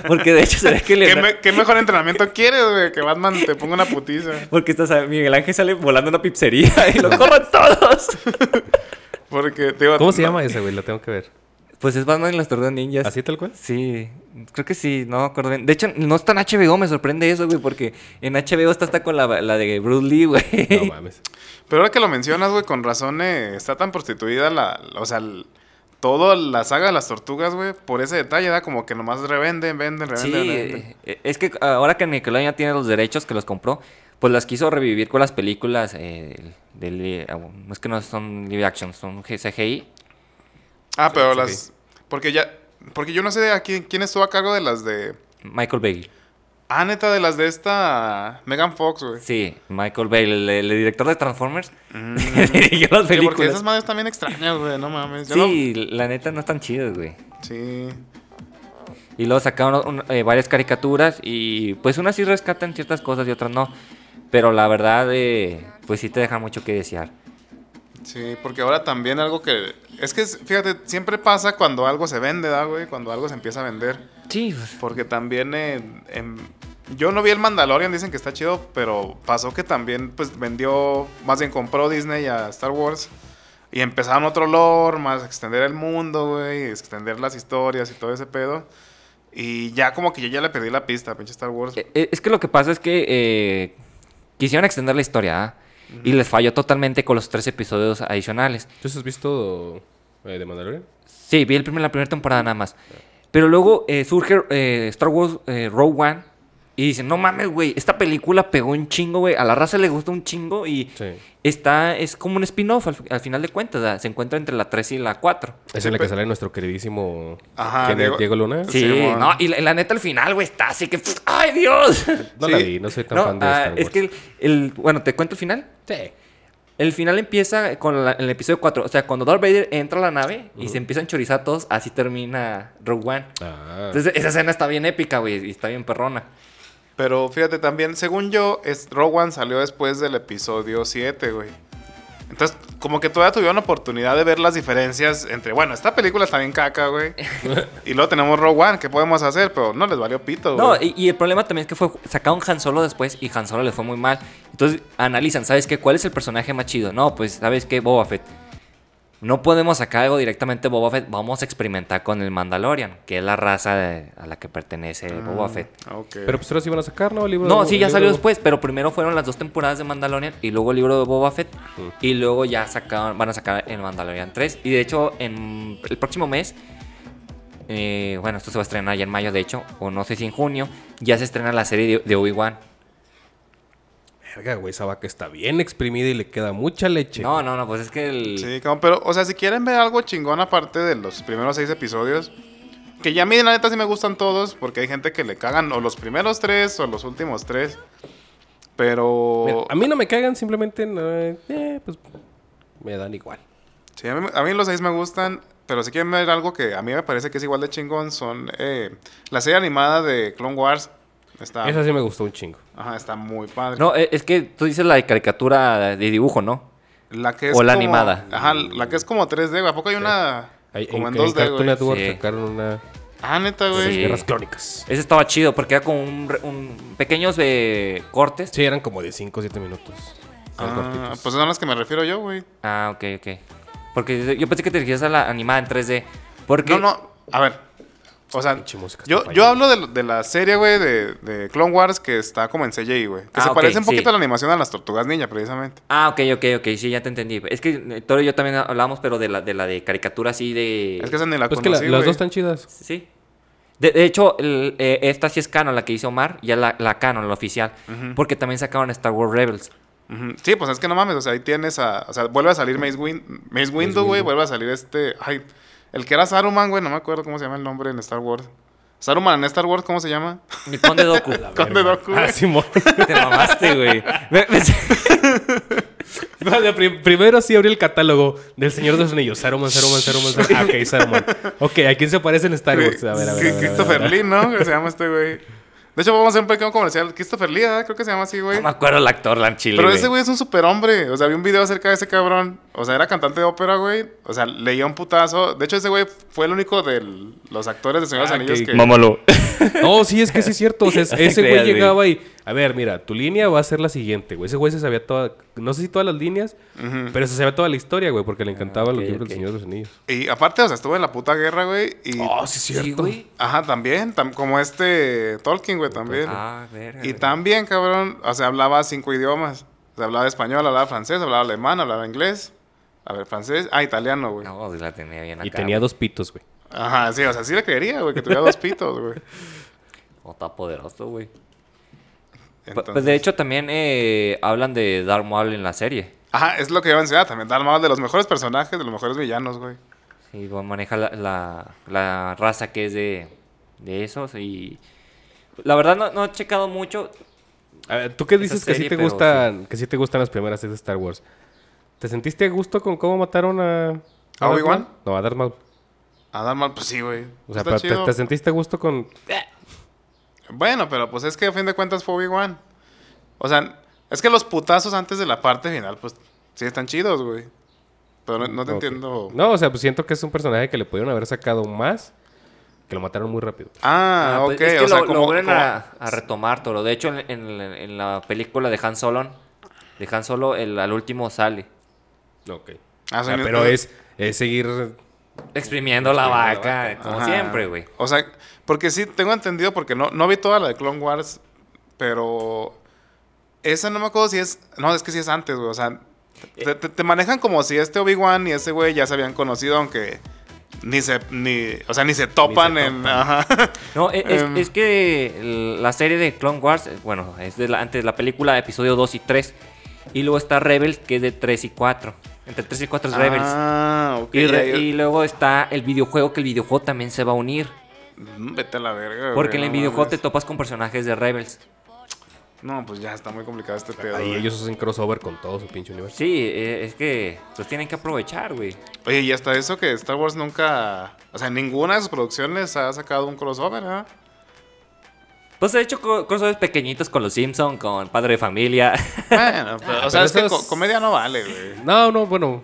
C: Porque de hecho se ve que le...
B: ¿Qué, me- qué mejor entrenamiento quieres, güey? Que Batman te ponga una putiza.
C: Porque estás, Miguel Ángel sale volando una pizzería y lo corren todos.
B: Porque, te digo,
A: ¿Cómo se
B: no-
A: llama ese, güey? La tengo que ver.
C: Pues es Batman y las tortugas ninjas.
A: ¿Así tal cual?
C: Sí, creo que sí, no me acuerdo bien. De hecho, no está en HBO, me sorprende eso, güey, porque en HBO está hasta con la, la de Bruce Lee, güey.
A: No mames.
B: Pero ahora que lo mencionas, güey, con razón eh, está tan prostituida la... la- O sea, el- toda la saga de las tortugas, güey, por ese detalle, da como que nomás revenden, venden,
C: sí,
B: revenden, revenden.
C: eh, es que ahora que Nickelodeon ya tiene los derechos que los compró, pues las quiso revivir con las películas eh, del- del- ah, bueno, es que no son live action, son CGI.
B: Ah, pero
A: sí,
B: las...
A: sí.
B: Porque ya... Porque yo no sé a quién, quién estuvo a cargo de las de...
C: Michael Bay.
B: Ah, neta, de las de esta Megan Fox, güey.
C: Sí, Michael Bay, el, el director de Transformers, dirigió las
B: Sí, porque esas
C: películas.
B: madres también extrañas, güey, no mames. Yo
C: Sí, la neta no están chidas, güey.
B: no- Sí.
C: Y luego sacaron un- eh, varias caricaturas y pues unas sí rescatan ciertas cosas y otras no. Pero la verdad, eh, pues sí te deja mucho que desear.
B: Sí, porque ahora también algo que... Es que, fíjate, siempre pasa cuando algo se vende, ¿da, güey? Cuando algo se empieza a vender.
C: Sí,
B: Porque también... eh, em, yo no vi el Mandalorian, dicen que está chido, pero pasó que también, pues, vendió... Más bien compró Disney a Star Wars. Y empezaron otro lore, más extender el mundo, güey. Extender las historias y todo ese pedo. Y ya como que yo ya le perdí la pista, pinche Star Wars.
C: es que lo que pasa es que eh, quisieron extender la historia ¿ah? y les falló totalmente con los tres episodios adicionales.
A: ¿Tú has visto eh, de Mandalorian?
C: Sí, vi el primer, la primera temporada nada más. Pero luego eh, surge eh, Star Wars eh, Rogue One y dicen, no mames, güey, esta película pegó un chingo, güey. A la raza le gusta un chingo y
A: Sí.
C: está, es como un spin-off al, al final de cuentas. ¿verdad? Se encuentra entre la 3 y la 4.
A: Es en la que sale nuestro queridísimo
B: Ajá,
A: ¿quién es?
B: Diego-
A: Diego Luna.
C: Sí,
B: Simón.
C: no, y la, la neta al final, güey, está así que... pff, ¡Ay, Dios!
A: No la vi, no soy tan
C: No,
A: fan de
C: ah,
A: Star Wars.
C: Es que, el, el- bueno, ¿te cuento el final?
A: Sí.
C: El final empieza con la- el episodio 4. O sea, cuando Darth Vader entra a la nave y se empiezan a chorizar a todos, así termina Rogue One.
A: Ah.
C: Entonces, esa escena está bien épica, güey, y está bien perrona.
B: Pero fíjate también, según yo, es, Rogue One salió después del episodio 7, güey. Entonces, como que todavía tuvieron oportunidad de ver las diferencias entre, bueno, esta película está bien caca, güey. y luego tenemos Rogue One, ¿qué podemos hacer? Pero no les valió pito,
C: No,
B: güey.
C: y, y el problema también es que fue sacaron Han Solo después y Han Solo le fue muy mal. Entonces analizan, ¿sabes qué? ¿Cuál es el personaje más chido? No, pues, ¿sabes qué? Boba Fett. No podemos sacar algo directamente de Boba Fett. Vamos a experimentar con el Mandalorian, que es la raza de- a la que pertenece
A: Ah.
C: Boba Fett.
B: Ah, Ok.
A: Pero pues ahora sí van a sacar, ¿no? El libro-
C: No, sí,
A: el
C: ya
A: libro-
C: salió después, pero primero fueron las dos temporadas de Mandalorian y luego el libro de Boba Fett. Y luego ya sacaron, van a sacar el Mandalorian 3. Y de hecho, en el próximo mes, eh, bueno, esto se va a estrenar ya en mayo, de hecho, o no sé si en junio, ya se estrena la serie de, de Obi-Wan.
A: Verga, güey, esa vaca está bien exprimida y le queda mucha leche.
C: No, no, no, pues es que el.
B: Sí, como- pero, o sea, si quieren ver algo chingón aparte de los primeros seis episodios, que ya a mí la neta sí me gustan todos, porque hay gente que le cagan o los primeros tres o los últimos tres. Pero.
A: Mira, a mí no me cagan, simplemente no, eh, pues me dan igual.
B: Sí, a mí, a mí los seis me gustan, pero si quieren ver algo que a mí me parece que es igual de chingón, son eh, la serie animada de Clone Wars.
C: Ah.
B: Está,
A: Esa sí me gustó un chingo.
B: ajá, está muy padre.
C: No, eh, es que tú dices la de caricatura de dibujo, ¿no?
B: la que es
C: o la
B: como-
C: animada.
B: Ajá, la que es como 3D, güey. ¿A poco hay una
A: Ahí, en,
B: como en,
A: en
B: 2D,
A: Cartoon
B: güey?
A: Network
C: Sí.
A: sacaron una
B: Ah, neta, güey.
C: Sí.
A: Guerras Clónicas.
C: Ese estaba chido porque era como un, re- un- pequeños eh, cortes.
A: Sí, eran como de 5 o 7 minutos. Estaban
B: Ah,
A: cortitos.
B: pues son las que me refiero yo, güey.
C: Ah, ok, ok. Porque yo pensé que te dirigías a la animada en 3D. Porque
B: No, no, a ver. O sea,
A: Pinche música
B: yo,
A: está
B: yo
A: fallando.
B: hablo de, lo- de la serie, güey, de, de Clone Wars que está como en CGI, güey. Que
C: Ah,
B: se
C: ok,
B: parece un
C: sí.
B: poquito a la animación a las tortugas ninja, precisamente.
C: Ah, ok, ok, ok, sí, ya te entendí. Es que eh, Toro y yo también hablábamos, pero de la de, la de caricatura así de...
B: Es que esa ni la
A: Pues que la-
B: conocí,
A: las
B: güey.
A: dos están chidas.
C: Sí. De, de hecho, el, eh, esta sí es canon, la que hizo Omar, ya la, la canon, la oficial. Porque también sacaron Star Wars Rebels.
B: Ujú. Sí, pues es que no mames, o sea, ahí tienes a... O sea, vuelve a salir Mace, Win Mace Windu, güey, vuelve a salir este... Ay, el que era Saruman, güey, no me acuerdo cómo se llama el nombre en Star Wars. Saruman en Star Wars, ¿cómo se llama?
C: Y Conde Doku.
B: Conde Doku, güey.
A: Ah, Simón.
C: te mamaste, güey. Ve- ve-
A: No, de pri- primero sí abrí el catálogo del Señor de los Anillos. Saruman, Saruman, Saruman, Saruman. Ah, ok, Saruman. Ok, ¿a quién se parece en Star Wars? A ver, a ver. a ver, a ver, a ver.
B: Christopher Lee, ¿no? Que se llama este güey. De hecho, vamos a hacer un pequeño comercial. Christopher Lee, ¿eh? creo que se llama así, güey.
C: No me acuerdo el actor, la chile,
B: Pero ese güey es un superhombre. O sea, vi un video acerca de ese cabrón. O sea, era cantante de ópera, güey. O sea, leía un putazo. De hecho, ese güey fue el único de los actores de Señor de los
A: Ah,
B: Anillos
A: que-
B: que...
C: Mámalo.
A: No, sí, es que sí es cierto. O sea, es-
C: No te
A: ese güey
C: creas, güey.
A: llegaba y. A ver, mira, tu línea va a ser la siguiente, güey. Ese güey se sabía toda. No sé si todas las líneas, pero se sabía toda la historia, güey, porque le encantaba
C: Ah, ok,
A: los libros
C: ok.
A: del Señor de los Anillos.
B: Y aparte, o sea, estuvo en la puta guerra, güey. Y...
A: sí, es
C: Oh, Sí, güey.
B: Ajá, también. tam- como este Tolkien, güey, también.
C: Ah, verga.
B: Y
C: güey.
B: también, cabrón, o sea, hablaba cinco idiomas. O sea, hablaba español, hablaba francés, hablaba alemán, hablaba inglés. A ver, francés. Ah, italiano, güey.
C: No, pues la tenía bien acá.
A: Y tenía dos pitos, güey.
B: Ajá, sí, o sea, sí le creería, güey, que tuviera dos pitos, güey.
C: Oh, está poderoso, güey. Pu- Pues
B: Entonces-
C: de hecho también eh, hablan de Darth Maul en la serie.
B: Ajá, es lo que iba a mencionar también. Darth Maul de los mejores personajes, de los mejores villanos, güey.
C: Y bueno, maneja la, la- la raza que es de, de esos. Y la verdad no, no he checado mucho.
A: A ver, tú qué
C: Esa
A: dices que
C: serie,
A: sí te
C: pero
A: gustan, que sí te gustan las primeras seis de Star Wars. ¿Te sentiste a gusto con cómo mataron a.
B: ¿A
A: Darth
B: Obi-Wan?
A: Maul? No, a Darth Maul.
B: A Darth Maul, pues sí, güey.
A: O sea,
B: Está
A: pero te,
B: chido.
A: te sentiste a gusto con.
B: Bueno, pero pues es que a fin de cuentas fue Obi-Wan. O sea, es que los putazos antes de la parte final, pues sí están chidos, güey. Pero no, no te
A: Ok.
B: entiendo.
A: No, o sea, pues siento que es un personaje que le pudieron haber sacado más, que lo mataron muy rápido.
B: Ah,
C: Ah,
B: ok.
C: pues, es que
B: o sea,
C: lo,
B: como,
C: logran
B: como-
C: a, a retomar todo. De hecho, en, en- en la película de Han Solo, de Han Solo, el, al último sale.
A: Ok.
B: Ah,
A: O sea,
B: sí,
A: pero
B: no-
A: es, es seguir.
C: Exprimiendo la vaca, como
B: Ajá.
C: siempre, güey.
B: O sea, porque sí, tengo entendido, porque no, no vi toda la de Clone Wars, pero esa no me acuerdo si es... No, es que sí es antes, güey. O sea, te, te- te manejan como si este Obi-Wan y ese güey ya se habían conocido, aunque ni se, ni, o sea, ni se topan en... Ajá.
C: No, e- es,
B: Em.
C: es que el- la serie de Clone Wars, eh, bueno, es de la- antes de la película, episodio 2 y 3. Y luego está Rebels, que es de 3 y 4. Entre 3 y 4 es Pues, Rebels.
B: Ah, ok.
C: Y, re-
B: ya, ya.
C: y luego está el videojuego, que el videojuego también se va a unir.
B: Mm, Vete a la verga, güey,
C: Porque en el
B: no
C: videojuego te
B: mames.
C: topas con personajes de Rebels.
B: No, pues ya está muy complicado este pedo.
A: Ahí
B: güey.
A: ellos hacen crossover con todo su pinche universo.
C: Sí, eh, es que los tienen que aprovechar, güey.
B: Oye, y hasta eso que Star Wars ¿eh? nunca... O sea, ninguna de sus producciones ha sacado un crossover, ¿ah?
C: Pues he hecho co- crossover pequeñitos con los Simpson, con Padre de Familia.
B: Bueno, pero, o sea,
A: pero
B: es que
A: eso
B: co-
A: es-
B: comedia no vale, güey.
A: No, no, bueno.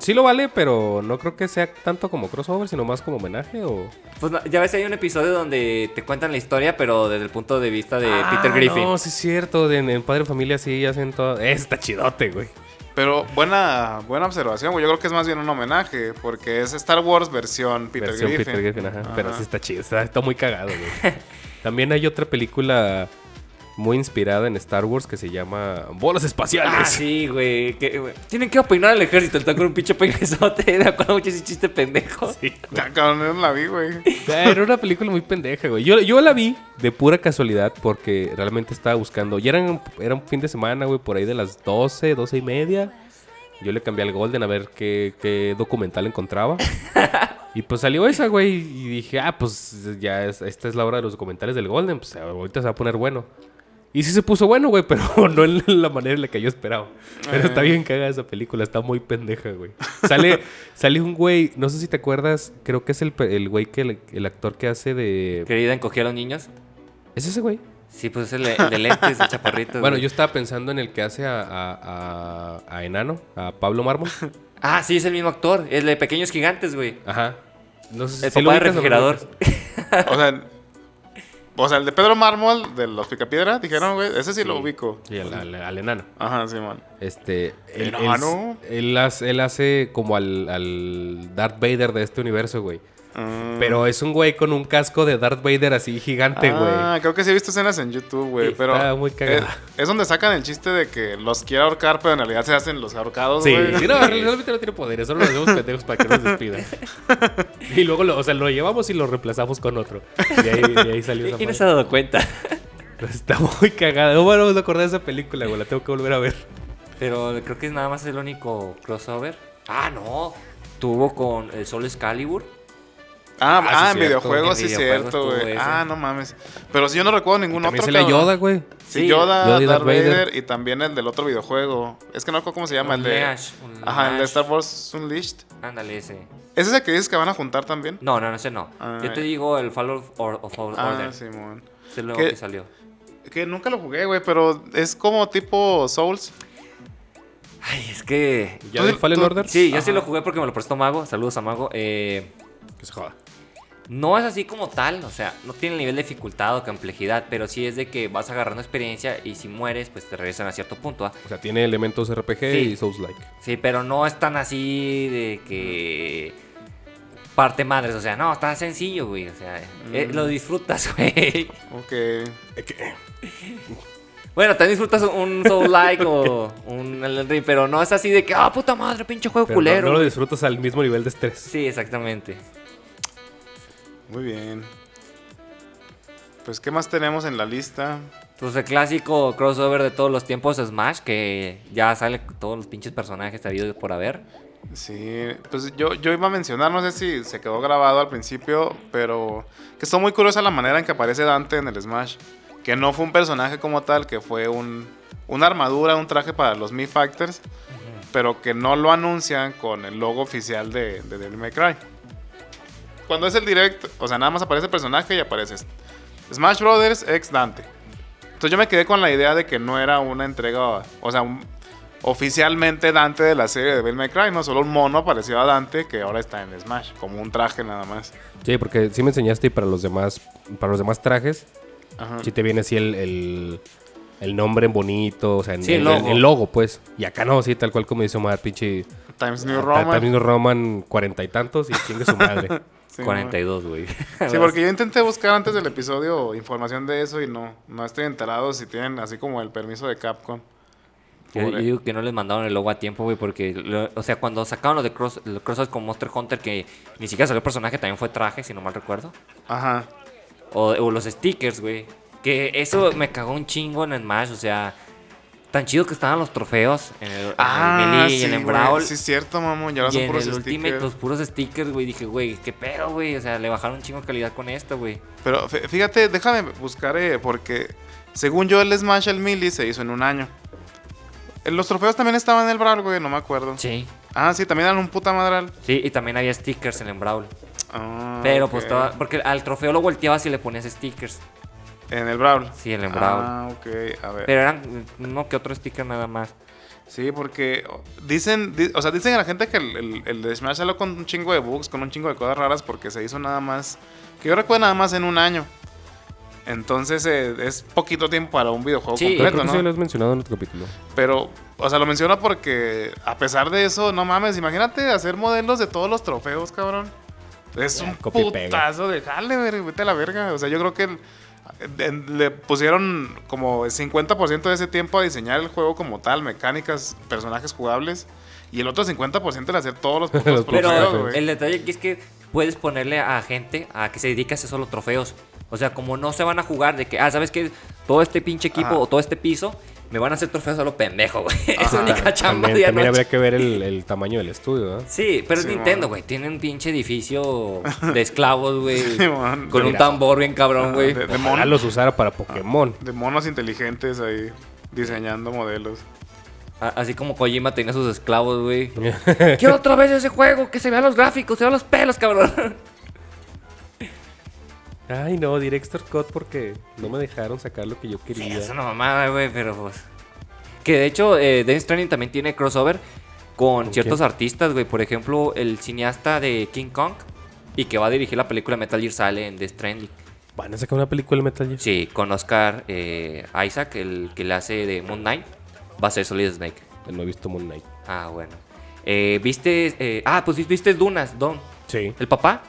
A: Sí lo vale, pero no creo que sea tanto como crossover, sino más como homenaje o...
C: Pues no, ya ves, hay un episodio donde te cuentan la historia, pero desde el punto de vista de Peter
A: Ah,
C: Griffin.
A: No, sí es cierto. de- en, en Padre Familia sí hacen todo... Eh, Está chidote, güey.
B: Pero buena, buena observación, güey. Yo creo que es más bien un homenaje, porque es Star Wars versión Peter
A: Versión
B: Griffin.
A: Peter Griffin, ajá.
B: Ajá.
A: Pero sí está chido. Está, está muy cagado, güey. También hay otra película muy inspirada en Star Wars que se llama Bolas Espaciales.
C: Ah, sí, güey. que, güey, Tienen que opinar al ejército, están con un pinche pendejote. De acuerdo mucho ese chiste pendejo.
A: Sí.
B: Ah, cabrón, yo no la vi, güey.
A: Ah, Era una película muy pendeja, güey. Yo, yo la vi de pura casualidad porque realmente estaba buscando. Ya eran, era un fin de semana, güey, por ahí de las 12, 12 y media. Yo le cambié al Golden a ver qué, qué documental encontraba. Y pues salió esa, güey. Y dije, ah, pues ya es- esta es la hora de los documentales del Golden. Pues ahorita se va a poner bueno. Y sí se puso bueno, güey, pero no en la manera en la que yo esperaba. Pero está bien cagada esa película, está muy pendeja, güey. Sale, sale un güey, no sé si te acuerdas, creo que es el, pe- el güey que el, el actor que hace de...
C: Querida, encogí a los niños.
A: ¿Es ese güey?
C: Sí, pues es el, el de lentes, el chaparrito.
A: Bueno,
C: güey.
A: yo estaba pensando en el que hace a, a- a- a Enano, a Pablo Mármol.
C: Ah, sí, es el mismo actor. El de Pequeños Gigantes, güey.
A: Ajá. No sé si
C: El
A: ¿sí lo
C: papá del
A: ubicas o no lo
C: refrigerador.
A: ubicas?
B: O sea, o sea, el de Pedro Mármol, de los Picapiedra, dijeron, güey. Ese sí, lo ubico.
A: Sí, al- al- al enano.
B: Ajá, sí, man.
A: Este. Él,
B: Enano.
A: él- él hace, él hace como al, al Darth Vader de este universo, güey.
B: Mm.
C: Mm.
A: Pero es un güey con un casco de Darth Vader así gigante,
B: Ah, creo que sí he visto escenas en YouTube, güey.
A: Sí,
B: pero
A: está muy
B: es,
A: cagada.
B: es donde sacan el chiste de que los quiere ahorcar, pero en realidad se hacen los
C: Pues,
B: ahorcados,
A: güey.
B: güey.
A: Sí, sí, no, realmente no tiene poderes, solo lo hacemos pendejos para que nos despidan. Y luego, lo, o sea, lo llevamos y lo reemplazamos con otro. Y ahí, y ahí salió esa
C: ¿Quién no
A: madre.
C: se ha dado cuenta?
A: Está muy cagada. No, bueno, me acordé de esa película, güey, la tengo que volver a ver.
C: Pero creo que es nada más el único crossover. Ah, no. Tuvo con el Sol Excalibur.
B: Ah,
A: Ah, sí,
B: ah, en
A: cierto.
B: videojuegos,
C: En
B: sí,
C: videojuegos
B: cierto,
C: tuvo
B: güey.
C: ese.
B: Ah, no mames. Pero si yo no recuerdo ningún
A: También
B: otro.
A: se le
B: cabrón.
A: Yoda, güey.
B: Sí,
C: Sí.
B: Yoda,
A: Yoda y
B: Darth
A: Darth
B: Vader.
A: Vader,
B: y también el del otro videojuego. Es que no recuerdo cómo se llama. El de,
C: Unleashed, Unleashed.
B: ajá, el de Star Wars Unleashed.
C: Ándale, ese.
B: ¿Ese ¿Es el que dices que van a juntar también?
C: No, no, no, ese no.
B: Ah,
C: Yo te
B: ya.
C: digo el Fall of, or- of Order.
B: Ah, Simón.
C: Es el nuevo
B: ¿Qué?
C: que salió.
B: Que nunca lo jugué, güey, pero es como tipo Souls.
C: Ay, es que.
A: ¿Ya
B: Tú-
A: del Fallen
B: tú-
A: Order?
C: Sí, yo sí lo jugué porque me lo prestó Mago. Saludos a Mago. Eh,
A: Que se joda.
C: no es así como tal, o sea, no tiene el nivel de dificultad o complejidad, pero sí es de que vas agarrando experiencia y si mueres, pues te regresan a cierto punto. ¿ah?
A: O sea, tiene elementos RPG
C: Sí.
A: y Souls-like.
C: Sí, pero no es tan así de que parte madres, o sea, no, está sencillo, güey, o sea, eh,
A: Mm.
C: lo disfrutas, güey.
B: Ok.
C: Bueno, también disfrutas un Soul Like o un Elden Ring, pero no es así de que, ah, puta madre, pinche juego
A: Pero no,
C: culero.
A: no lo
C: güey.
A: disfrutas al mismo nivel de estrés.
C: Sí, exactamente.
B: Muy bien. Pues, ¿qué más tenemos en la lista?
C: Pues el clásico crossover de todos los tiempos, Smash, que ya sale todos los pinches personajes habidos por haber.
B: Sí, pues yo, yo iba a mencionar, no sé si se quedó grabado al principio, pero que está muy curiosa la manera en que aparece Dante en el Smash. Que no fue un personaje como tal, que fue un, una armadura, un traje para los Mi Factors, pero que no lo anuncian con el logo oficial de, de Devil May Cry. Cuando es el direct, o sea, nada más aparece el personaje y aparece Smash Brothers ex Dante. Entonces yo me quedé con la idea de que no era una entrega, o sea, un- oficialmente Dante de la serie de Devil May Cry, no solo un mono parecido a Dante que ahora está en Smash, como un traje nada más.
A: Sí, porque sí me enseñaste y para los demás, para los demás trajes,
B: Ajá.
C: Ah.
A: sí te viene así el, el, el nombre en bonito, o sea, en,
C: Sí, el
A: el,
C: logo.
A: el logo, pues. Y acá no, sí, tal cual como dice Omar, pinche.
B: Times New
C: Ah,
A: ta-
B: Roman.
A: También nos Roman cuarenta y tantos y chingue su madre.
B: Sí,
C: 42, güey.
B: no. Sí, porque yo intenté buscar antes del episodio información de eso y no, no estoy enterado si tienen así como el permiso de Capcom.
C: Yo, yo
B: Pobre.
C: digo que no les mandaron el logo a tiempo, güey, porque, lo- o sea, cuando sacaron los de cross, los crossovers con Monster Hunter, que ni siquiera salió personaje, también fue traje, si no mal recuerdo.
B: Ajá.
C: O, o los stickers, güey. Que eso me cagó un chingo en el Smash, o sea, tan chido que estaban los trofeos en Ah, el, en el Melee y en el
B: güey.
C: Brawl.
B: Ah, Sí, es cierto, mamón. Ya ahora
C: Y
B: son
C: en
B: puros
C: el Ultimate,
B: stickers.
C: los puros stickers, güey. Dije, güey, qué pedo, güey. O sea, le bajaron un chingo de calidad con esto, güey.
B: Pero fí- fíjate, déjame buscar, eh, porque según yo, el Smash el Melee se hizo en un año. Eh, Los trofeos también estaban en el Brawl, güey, no me acuerdo.
C: Sí.
B: Ah, sí, también eran un puta madral.
C: Sí, y también había stickers en el Brawl.
B: Ah,
C: Pero
B: ok.
C: pues estaba. Porque al trofeo lo volteabas y le ponías stickers.
B: En el Brawl.
C: Sí, el en Brawl.
B: Ah, ok. A ver.
C: Pero eran no que otro sticker nada más.
B: Sí, porque dicen, di- o sea, dicen a la gente que el, el- el de Smash salió con un chingo de bugs, con un chingo de cosas raras, porque se hizo nada más, que yo recuerdo nada más en un año. Entonces eh, es poquito tiempo para un videojuego
C: Sí.
A: Creo
B: completo,
A: que sí lo
B: ¿no?
A: has mencionado en otro capítulo.
B: Pero, o sea, lo menciono porque a pesar de eso, no mames, imagínate hacer modelos de todos los trofeos, cabrón. Es
A: Ya,
B: un
A: copia y pega.
B: putazo de jale, ver- vete a la verga. O sea, yo creo que el- en- le pusieron como el 50% de ese tiempo a diseñar el juego como tal, mecánicas, personajes jugables. Y el otro 50% en hacer todos los putos
A: Los
C: Pero
B: trofeos,
A: trofeos.
B: güey.
C: el detalle aquí es que puedes ponerle a gente a que se dedique a hacer solo trofeos. O sea, como no se van a jugar de que, ah, ¿sabes qué? Todo este pinche equipo
B: Ajá.
C: o todo este piso me van a hacer trofeos a lo pendejo, güey. Es
B: Ajá.
C: única chamba
A: También,
C: de
A: también
C: anoche.
A: habría que ver el, el tamaño del estudio, ¿verdad?
C: Sí, pero es
B: Sí,
C: Nintendo,
B: mon.
C: güey. Tiene un pinche edificio de esclavos, güey.
B: Sí, mon.
C: con un
B: Mira. Ah,
C: tambor bien cabrón, güey.
B: de- de
A: Ojalá
B: mono.
A: los usara para Pokémon.
B: De monos inteligentes ahí diseñando modelos.
C: A- Así como Kojima tenía sus esclavos, güey. Quiero otra vez ese juego, que se vean los gráficos, se vean los pelos, cabrón.
A: Ay, no, Director Cut porque no me dejaron sacar lo que yo
C: Sí,
A: quería.
C: es una mamada, güey, pero pues. Que de hecho, eh, Dance Training también tiene crossover con ciertos artistas, güey. Por ejemplo, el cineasta de King Kong y que va a dirigir la película Metal Gear sale en Death Stranding.
A: ¿Van a sacar una película de Metal Gear?
C: Sí, con Oscar eh, Isaac, el que le hace de Moon Knight, va a ser Solid Snake.
A: No he visto Moon Knight.
C: Ah, bueno. Eh, ¿Viste? eh, ah, pues viste Dunas, Don.
A: Sí.
C: ¿El papá?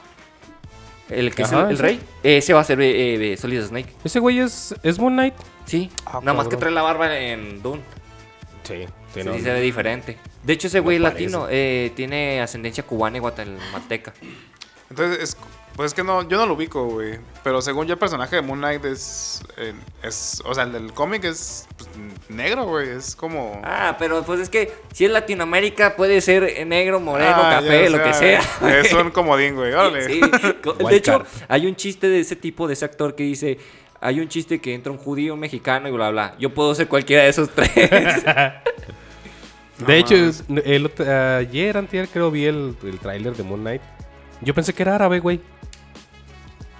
C: ¿El que
A: Ajá,
C: es el- el,
A: ese.
C: rey? Ese va a ser eh, eh, Solid Snake.
A: ¿Ese güey es, es Moon Knight?
C: Sí,
A: Ah,
C: nada más que
A: cabrón.
C: trae la barba en Dune.
A: Sí.
C: Sí,
A: tiene
C: sí
A: un-
C: se ve diferente. De hecho, ese güey
A: parece.
C: latino eh, tiene ascendencia cubana y guatemalteca.
B: Entonces, es, pues es que no, yo no lo ubico, güey. Pero según yo, el personaje de Moon Knight es. eh, es o sea, el del cómic es pues, negro, güey. Es como.
C: Ah, pero pues es que si es Latinoamérica puede ser eh, negro, moreno,
B: Ah, ya,
C: café,
B: o
C: lo que sea.
B: sea, Es un comodín, güey. Órale.
C: Sí, co-
A: Wild
C: De hecho,
A: card.
C: hay un chiste de ese tipo, de ese actor que dice, hay un chiste que entra un judío, un mexicano y bla, bla. Yo puedo ser cualquiera de esos tres.
A: De
B: No
A: hecho,
B: mames.
A: el otro- ayer, antier, creo, vi el, el tráiler de Moon Knight. Yo pensé que era árabe, güey.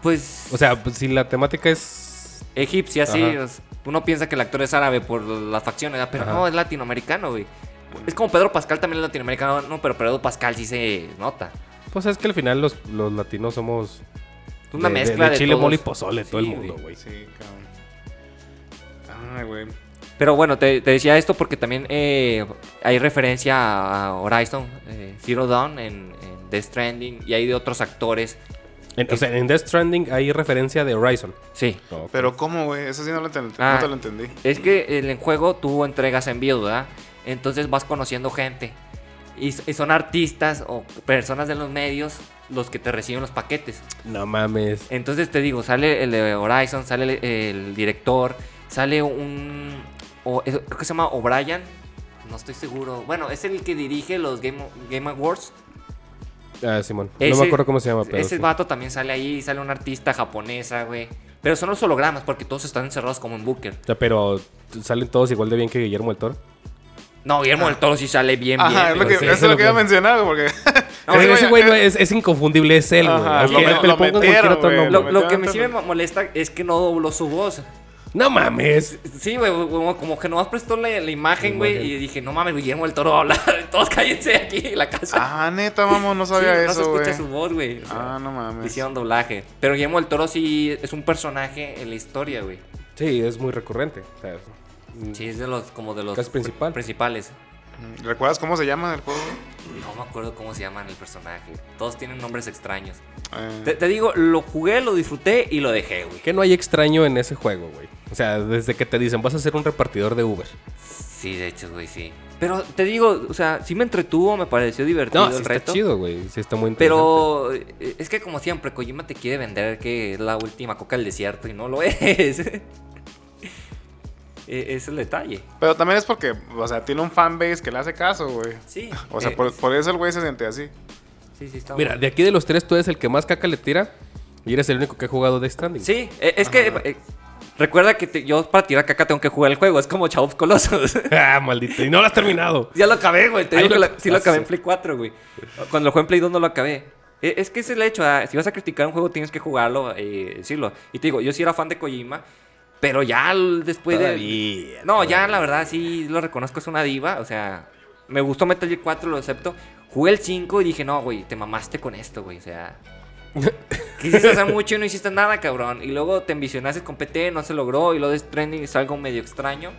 C: pues
A: O sea, pues, si la temática es...
C: egipcia, sí.
A: Ajá.
C: es- Uno piensa que el actor es árabe por las facciones, ¿verdad? pero
A: Ajá.
C: no, es latinoamericano, güey. Es como Pedro Pascal también es latinoamericano, no, pero Pedro Pascal sí se nota.
A: Pues es que al final los, los latinos somos...
C: Es una
A: de- de-
C: mezcla de,
A: de, chile,
C: todos.
A: mole y pozole, todo el
C: Sí,
A: mundo, güey.
B: Sí, cabrón. Ay, güey.
C: Pero bueno, te, te decía esto porque también eh, hay referencia a a Horizon eh, Zero Dawn en, en Death Stranding y hay de otros actores.
A: En- o sea, en Death Stranding hay referencia de Horizon.
C: Sí.
A: No,
B: Pero, ¿cómo, güey? Eso sí no lo, enten-
C: Ah.
B: no te lo entendí.
C: Es que en el juego tú entregas en vivo, ¿verdad? Entonces vas conociendo gente. Y, s- y son artistas o personas de los medios los que te reciben los paquetes.
A: no mames.
C: Entonces te digo, sale el de Horizon, sale el, el director, sale un... o- es- creo que se llama O'Brien, no estoy seguro. Bueno, es el que dirige los Game, Game Awards.
A: Ah, Simón. no
C: Ese-
A: me acuerdo cómo se llama, pero...
C: Ese
A: sí.
C: vato también sale ahí, sale una artista japonesa, güey. Pero son los hologramas porque todos están encerrados como en Booker.
A: O sea, pero salen todos igual de bien que Guillermo del Toro.
C: No, Guillermo del Toro sí sale bien,
B: Ajá,
C: bien.
B: es lo que,
C: güey.
A: sí,
B: eso
A: eso
B: es lo
A: Ah. lo
B: que iba a
A: puedo-
B: mencionar, porque.
A: Pero
B: Ese
A: ese güey no es, es inconfundible, es él, güey.
B: Ajá,
A: Aunque
B: lo me-
A: te lo
B: lo
A: pongo en cualquier
B: metieron,
A: otro
B: güey,
A: nombre.
C: Lo,
B: me
C: lo que me
B: encanta,
C: sí me
B: güey.
C: molesta es que no dobló su voz.
A: No mames.
C: Sí, güey, como, como que nomás prestó la, la imagen,
A: La
C: güey,
A: imagen.
C: y dije, no mames, Guillermo del Toro va a hablar. Todos cállense aquí en la casa.
B: Ah, neta, vamos, no sabía
C: Sí,
B: eso,
C: No
B: güey.
C: se escucha su voz, güey. O sea,
B: Ah, no mames.
C: Hicieron doblaje. Pero Guillermo del Toro sí es un personaje en la historia, güey.
A: Sí, es muy recurrente. o sea,
C: Sí, es de los, como de los
A: Casi
C: pri-
A: principal.
C: principales.
B: ¿Recuerdas cómo se llama el juego?
C: No me acuerdo cómo se llaman el personaje. Todos tienen nombres extraños.
B: Eh,
C: Te, te digo, lo jugué, lo disfruté y lo dejé, güey.
A: Que no hay extraño en ese juego, güey. O sea, desde que te dicen, vas a ser un repartidor de Uber.
C: Sí, de hecho, güey, sí. Pero te digo, o sea, sí me entretuvo, me pareció divertido
A: No, sí
C: el
A: está
C: reto.
A: chido, güey. Sí está muy interesante.
C: Pero eh, es que como siempre, Kojima te quiere vender que es la última coca del desierto y no lo es. E- es el detalle.
B: Pero también es porque, o sea, tiene un fanbase que le hace caso, güey.
C: Sí.
B: O sea,
C: eh,
B: por, por eso el güey se siente así.
C: Sí, sí, está
A: Mira,
C: bueno.
A: de aquí de los tres, tú eres el que más caca le tira. Y eres el único que ha jugado de Stranding.
C: Sí, eh, es que... eh, recuerda que te- yo para tirar caca tengo que jugar el juego. Es como Shadow of Colossus.
A: ah, maldito. Y no lo has terminado.
C: Ya lo acabé, güey. Te
A: Ahí
C: digo que
A: lo-
C: lo- sí lo
A: ah,
C: acabé
A: sí.
C: en Play 4, güey. Cuando lo jugué en Play 2 no lo acabé. E- eh, Es que ese es el hecho. ah, Si vas a criticar un juego, tienes que jugarlo y decirlo. Y te digo, yo sí era fan de Kojima. Pero ya l- después
A: Todavía,
C: de. No, ya la verdad sí lo reconozco, es una diva. O sea, me gustó Metal Gear 4, lo acepto. Jugué el 5 y dije, no, güey, te mamaste con esto, güey. O sea, quisiste hacer mucho y no hiciste nada, cabrón. Y luego te ambicionaste con PT, no se logró. Y lo de Stranding es algo medio extraño.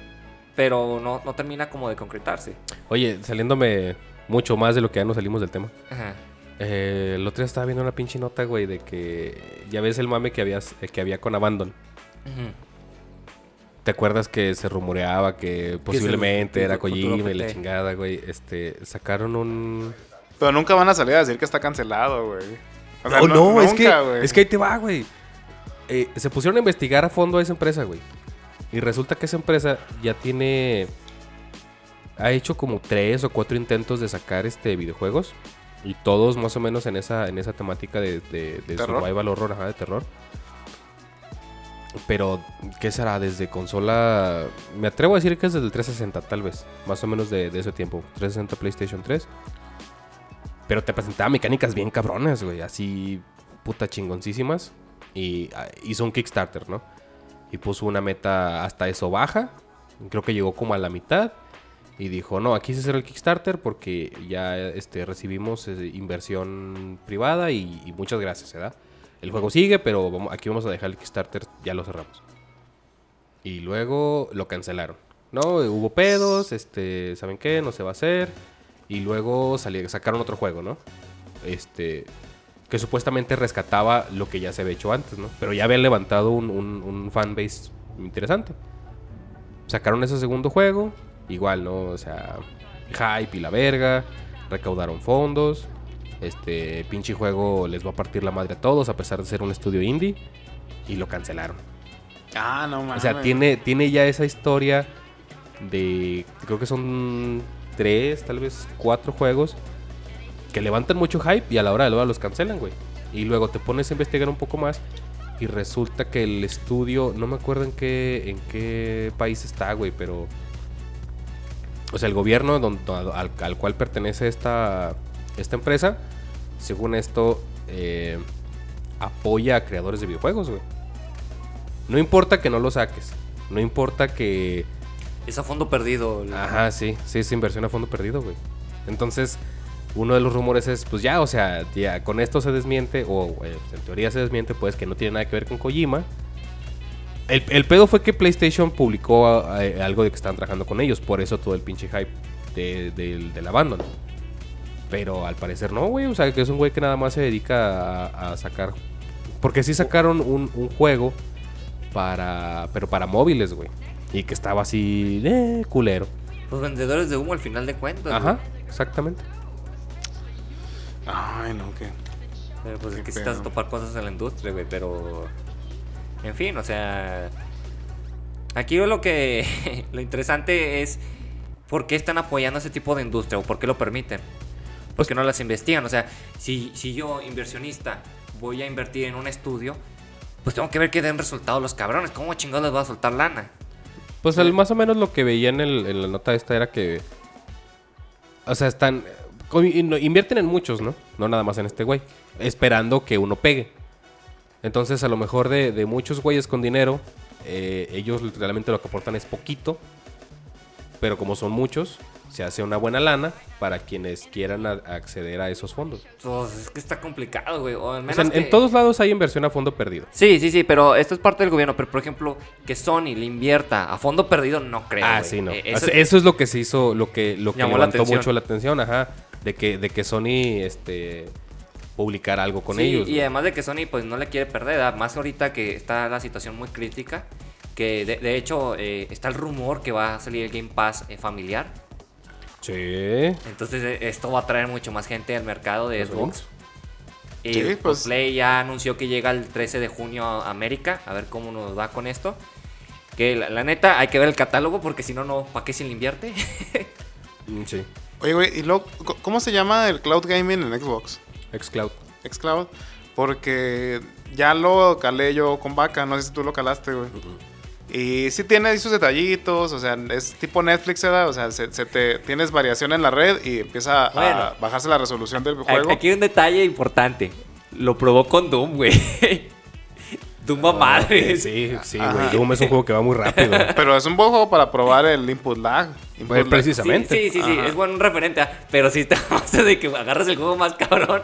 C: Pero no, no termina como de concretarse.
A: Oye, saliéndome mucho más de lo que ya nos salimos del tema.
C: Ajá.
A: Eh, el otro día estaba viendo una pinche nota, güey, de que ya ves el mame que, habías, eh, que había con Abandon.
C: Ujú.
A: ¿Te acuerdas que se rumoreaba que posiblemente
C: el
A: era
C: futuro
A: Kojima y la
C: PT?
A: chingada, güey? Este, sacaron un...
B: Pero nunca van a salir a decir que está cancelado, güey. O sea,
A: no, no, es,
B: nunca,
A: que,
B: güey.
A: es que ahí te va, güey. Eh, se pusieron a investigar a fondo a esa empresa, güey. Y resulta que esa empresa ya tiene... Ha hecho como tres o cuatro intentos de sacar este videojuegos. Y todos más o menos en esa, en esa temática de, de, de
B: Terror.
A: survival horror, ajá, de terror. Pero, ¿qué será? Desde consola... Me atrevo a decir que es desde el 360, tal vez. Más o menos de, de ese tiempo. 360 PlayStation 3. Pero te presentaba mecánicas bien cabrones, güey. Así, puta chingoncísimas. Y ah, hizo un Kickstarter, ¿no? Y puso una meta hasta eso baja. Creo que llegó como a la mitad. Y dijo, no, aquí se cierra el Kickstarter porque ya este, recibimos eh, inversión privada y, y muchas gracias, ¿verdad? El juego sigue, pero vamos- aquí vamos a dejar el Kickstarter, ya lo cerramos. Y luego lo cancelaron. No, hubo pedos, este, ¿saben qué? No se va a hacer. Y luego sali- sacaron otro juego, ¿no? Este, que supuestamente rescataba lo que ya se había hecho antes, ¿no? Pero ya había levantado un, un, un fanbase interesante. Sacaron ese segundo juego, igual, ¿no? O sea, hype y la verga, recaudaron fondos. Este pinche juego les va a partir la madre a todos, a pesar de ser un estudio indie, y lo cancelaron.
B: Ah, no mames.
A: O sea, tiene, tiene ya esa historia de. Creo que son tres, tal vez cuatro juegos que levantan mucho hype y a la hora de la hora los cancelan, güey. Y luego te pones a investigar un poco más y resulta que el estudio, no me acuerdo en qué, en qué país está, güey, pero. O sea, el gobierno don- don- al, al cual pertenece esta, esta empresa, según esto, eh, apoya a creadores de videojuegos, güey. No importa que no lo saques. No importa que.
C: Es a fondo perdido. el-
A: Ajá, sí. Sí, es inversión a fondo perdido, güey. Entonces, uno de los rumores es, pues ya, o sea, ya con esto se desmiente, o eh, en teoría se desmiente, pues que no tiene nada que ver con Kojima. El, el pedo fue que PlayStation publicó eh, algo de que estaban trabajando con ellos, por eso todo el pinche hype de- del, del abandono. Pero al parecer no, güey. O sea, que es un güey que nada más se dedica a, a sacar. Porque sí sacaron un, un juego para. Pero para móviles, güey. Y que estaba así. Eh, culero.
C: Los vendedores de humo al final de cuentas.
A: Ajá,
C: güey.
A: exactamente.
B: Ay, no, qué.
C: Pero pues
B: Qué
C: es que sí te
B: pedo.
C: vas a topar cosas en la industria, güey, pero. En fin, o sea. Aquí lo que. lo interesante es. ¿Por qué están apoyando ese tipo de industria o por qué lo permiten?
A: Pues
C: Porque no las investigan. O sea, si, si yo, inversionista, voy a invertir en un estudio, pues tengo que ver que den resultados los cabrones. ¿Cómo chingados les va a soltar lana?
A: Pues el- más o menos lo que veía en, el- en la nota esta era que. O sea, están. co- in- Invierten en muchos, ¿no? No nada más en este güey. Esperando que uno pegue. Entonces, a lo mejor de, de muchos güeyes con dinero, eh, ellos realmente lo que aportan es poquito. Pero como son muchos, se hace una buena lana para quienes quieran a- acceder a esos fondos.
C: Pues es que está complicado, güey. O al
A: O
C: menos
A: sea, en, en
C: que-
A: todos lados hay inversión a fondo perdido.
C: Sí, sí, sí, pero esto es parte del gobierno. Pero, por ejemplo, que Sony le invierta a fondo perdido, no creo.
A: Ah,
C: güey.
A: sí, no.
C: Eh,
A: O
C: eso-
A: sea, eso es lo que se hizo, lo que, lo que
C: Llamó
A: levantó
C: la atención.
A: mucho la atención, ajá. De que, de que Sony este, publicara algo con
C: Sí,
A: ellos.
C: Y
A: güey.
C: además de que Sony pues no le quiere perder, ¿ah? más ahorita que está la situación muy crítica, que de, de hecho eh, está el rumor que va a salir el Game Pass eh, familiar.
A: Sí.
C: Entonces eh, esto va a traer mucho más gente al mercado de
A: Los
C: Xbox.
A: Xbox.
C: Y
B: Sí,
C: pues,
B: pues.
C: Play ya anunció que llega el 13 de junio a América, a ver cómo nos va con esto. Que la, la neta hay que ver el catálogo porque si no, no, ¿para qué se le invierte?
A: Mm, Sí.
B: Oye, güey, ¿y luego, co- cómo se llama el cloud gaming en Xbox?
A: Xcloud.
B: Xcloud. Porque ya lo calé yo con vaca, no sé si tú lo calaste, güey. Y sí tiene ahí sus detallitos, o sea, es tipo Netflix, ¿verdad? O sea, se, se te, tienes variación en la red y empieza a
C: Bueno.
B: bajarse la resolución del
C: A-
B: juego.
C: Aquí hay un detalle importante. Lo probó con Doom, güey. Tumba
A: Ah,
C: madre.
A: Sí, sí, güey. Doom es un juego que va muy rápido.
B: Pero es un buen juego para probar el input lag. Input
A: Pues,
B: lag.
A: precisamente.
C: Sí, sí, sí, sí, es buen referente. ah, Pero si te pasa de que agarras el juego más cabrón.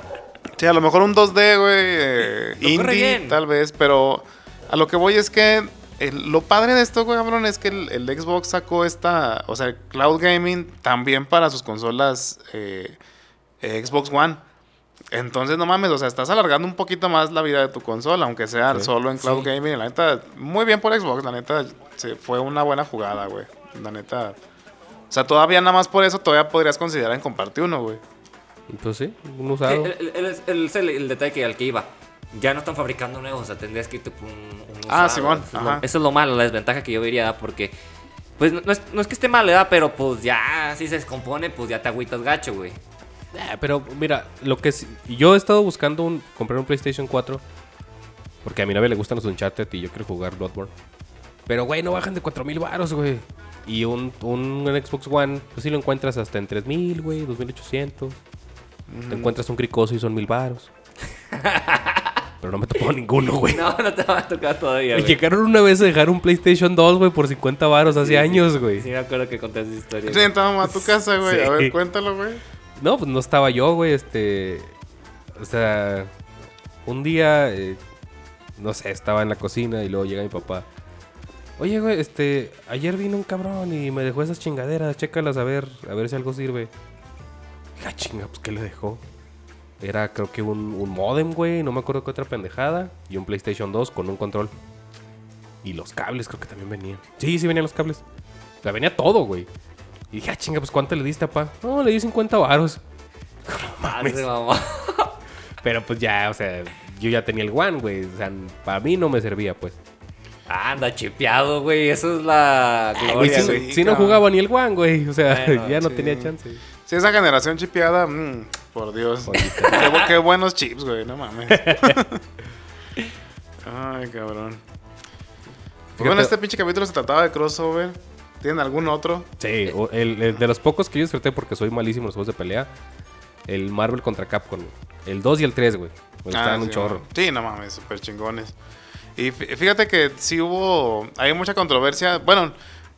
B: Sí, a lo mejor un 2D, güey. eh,
C: Lo corre
B: indie,
C: bien.
B: tal vez. Pero a lo que voy es que el- lo padre de esto, güey, cabrón, es que el, el Xbox sacó esta. O sea, el Cloud Gaming también para sus consolas eh, eh, Xbox One. Entonces, no mames, o sea, estás alargando un poquito más la vida de tu consola, aunque sea
A: Sí.
B: solo en Cloud Gaming. La neta, muy bien por Xbox, la neta, se fue una buena jugada, güey. La neta. O sea, todavía nada más por eso, todavía podrías considerar en compartir uno, güey.
A: Pues sí, un
C: Sí,
A: usado.
C: el, el- el- es- el- es el- el detalle que- al que iba. Ya no están fabricando nuevos, o sea, tendrías que irte por un, un
B: Ah,
C: usado.
B: Simón,
C: Eso es, lo,
B: ajá.
C: eso es lo malo, la desventaja que yo vería, ¿verdad? porque. Pues no, no es, no es que esté mal, ¿verdad? Pero pues ya, si se descompone, pues ya te agüitas gacho, güey.
A: Ah, Pero mira, lo que sí- yo he estado buscando un comprar un PlayStation 4 porque a mi novia le gustan los Uncharted y yo quiero jugar Bloodborne. Pero güey, no bajan de 4000 varos, güey. Y un, un Xbox One, pues sí lo encuentras hasta en 3000, güey, 2800. Te encuentras un cricoso y son 1000 varos. Pero no me tocó ninguno, güey.
C: No, no te va a tocar todavía,
A: Me
C: güey.
A: Llegaron una vez a dejar un PlayStation 2, güey, por 50 varos hace años, güey.
C: Sí, me acuerdo que contaste esa historia. güey.
B: Rentamos a tu casa, güey. A
A: Sí.
B: ver, cuéntalo, güey.
A: No, pues no estaba yo, güey, este... O sea, un día, eh, no sé, estaba en la cocina y luego llega mi papá. Oye, güey, este, ayer vino un cabrón y me dejó esas chingaderas, chécalas a ver, a ver si algo sirve. La chinga, pues, ¿qué le dejó? Era, creo que un, un modem, güey, no me acuerdo qué otra pendejada. Y un PlayStation 2 con un control. Y los cables creo que también venían. Sí, sí venían los cables. O sea, venía todo, güey. Y dije, ah, chinga, pues ¿cuánto le diste, papá? No, le di 50 varos. No
C: Ah,
A: mames.
C: se mamó.
A: Pero pues ya, o sea, yo ya tenía el One, güey. O sea, para mí no me servía, pues.
C: Ah, anda chipeado, güey. Eso es la
A: Güey,
C: gloria,
A: si,
C: güey.
B: güey,
A: si no
B: cabrón.
A: jugaba ni el One, güey. O sea,
C: Bueno,
A: ya no
B: sí.
A: tenía chance.
B: Si esa generación chipeada, mm, por Dios.
A: Jodita.
B: qué, bu- qué buenos chips, güey. No mames. Ay, cabrón. Y bueno,
A: Fíjate-
B: este pinche capítulo se trataba de crossover. ¿Tienen algún otro?
A: Sí, o- el, el de los pocos que yo disfruté porque soy malísimo en los juegos de pelea. El Marvel contra Capcom. güey. El 2 y el 3, güey. Me gustaban
B: Ah,
A: Pues un
B: sí,
A: chorro.
B: no. Sí, no mames, súper chingones. Y fí- fíjate que sí hubo. Hay mucha controversia. Bueno,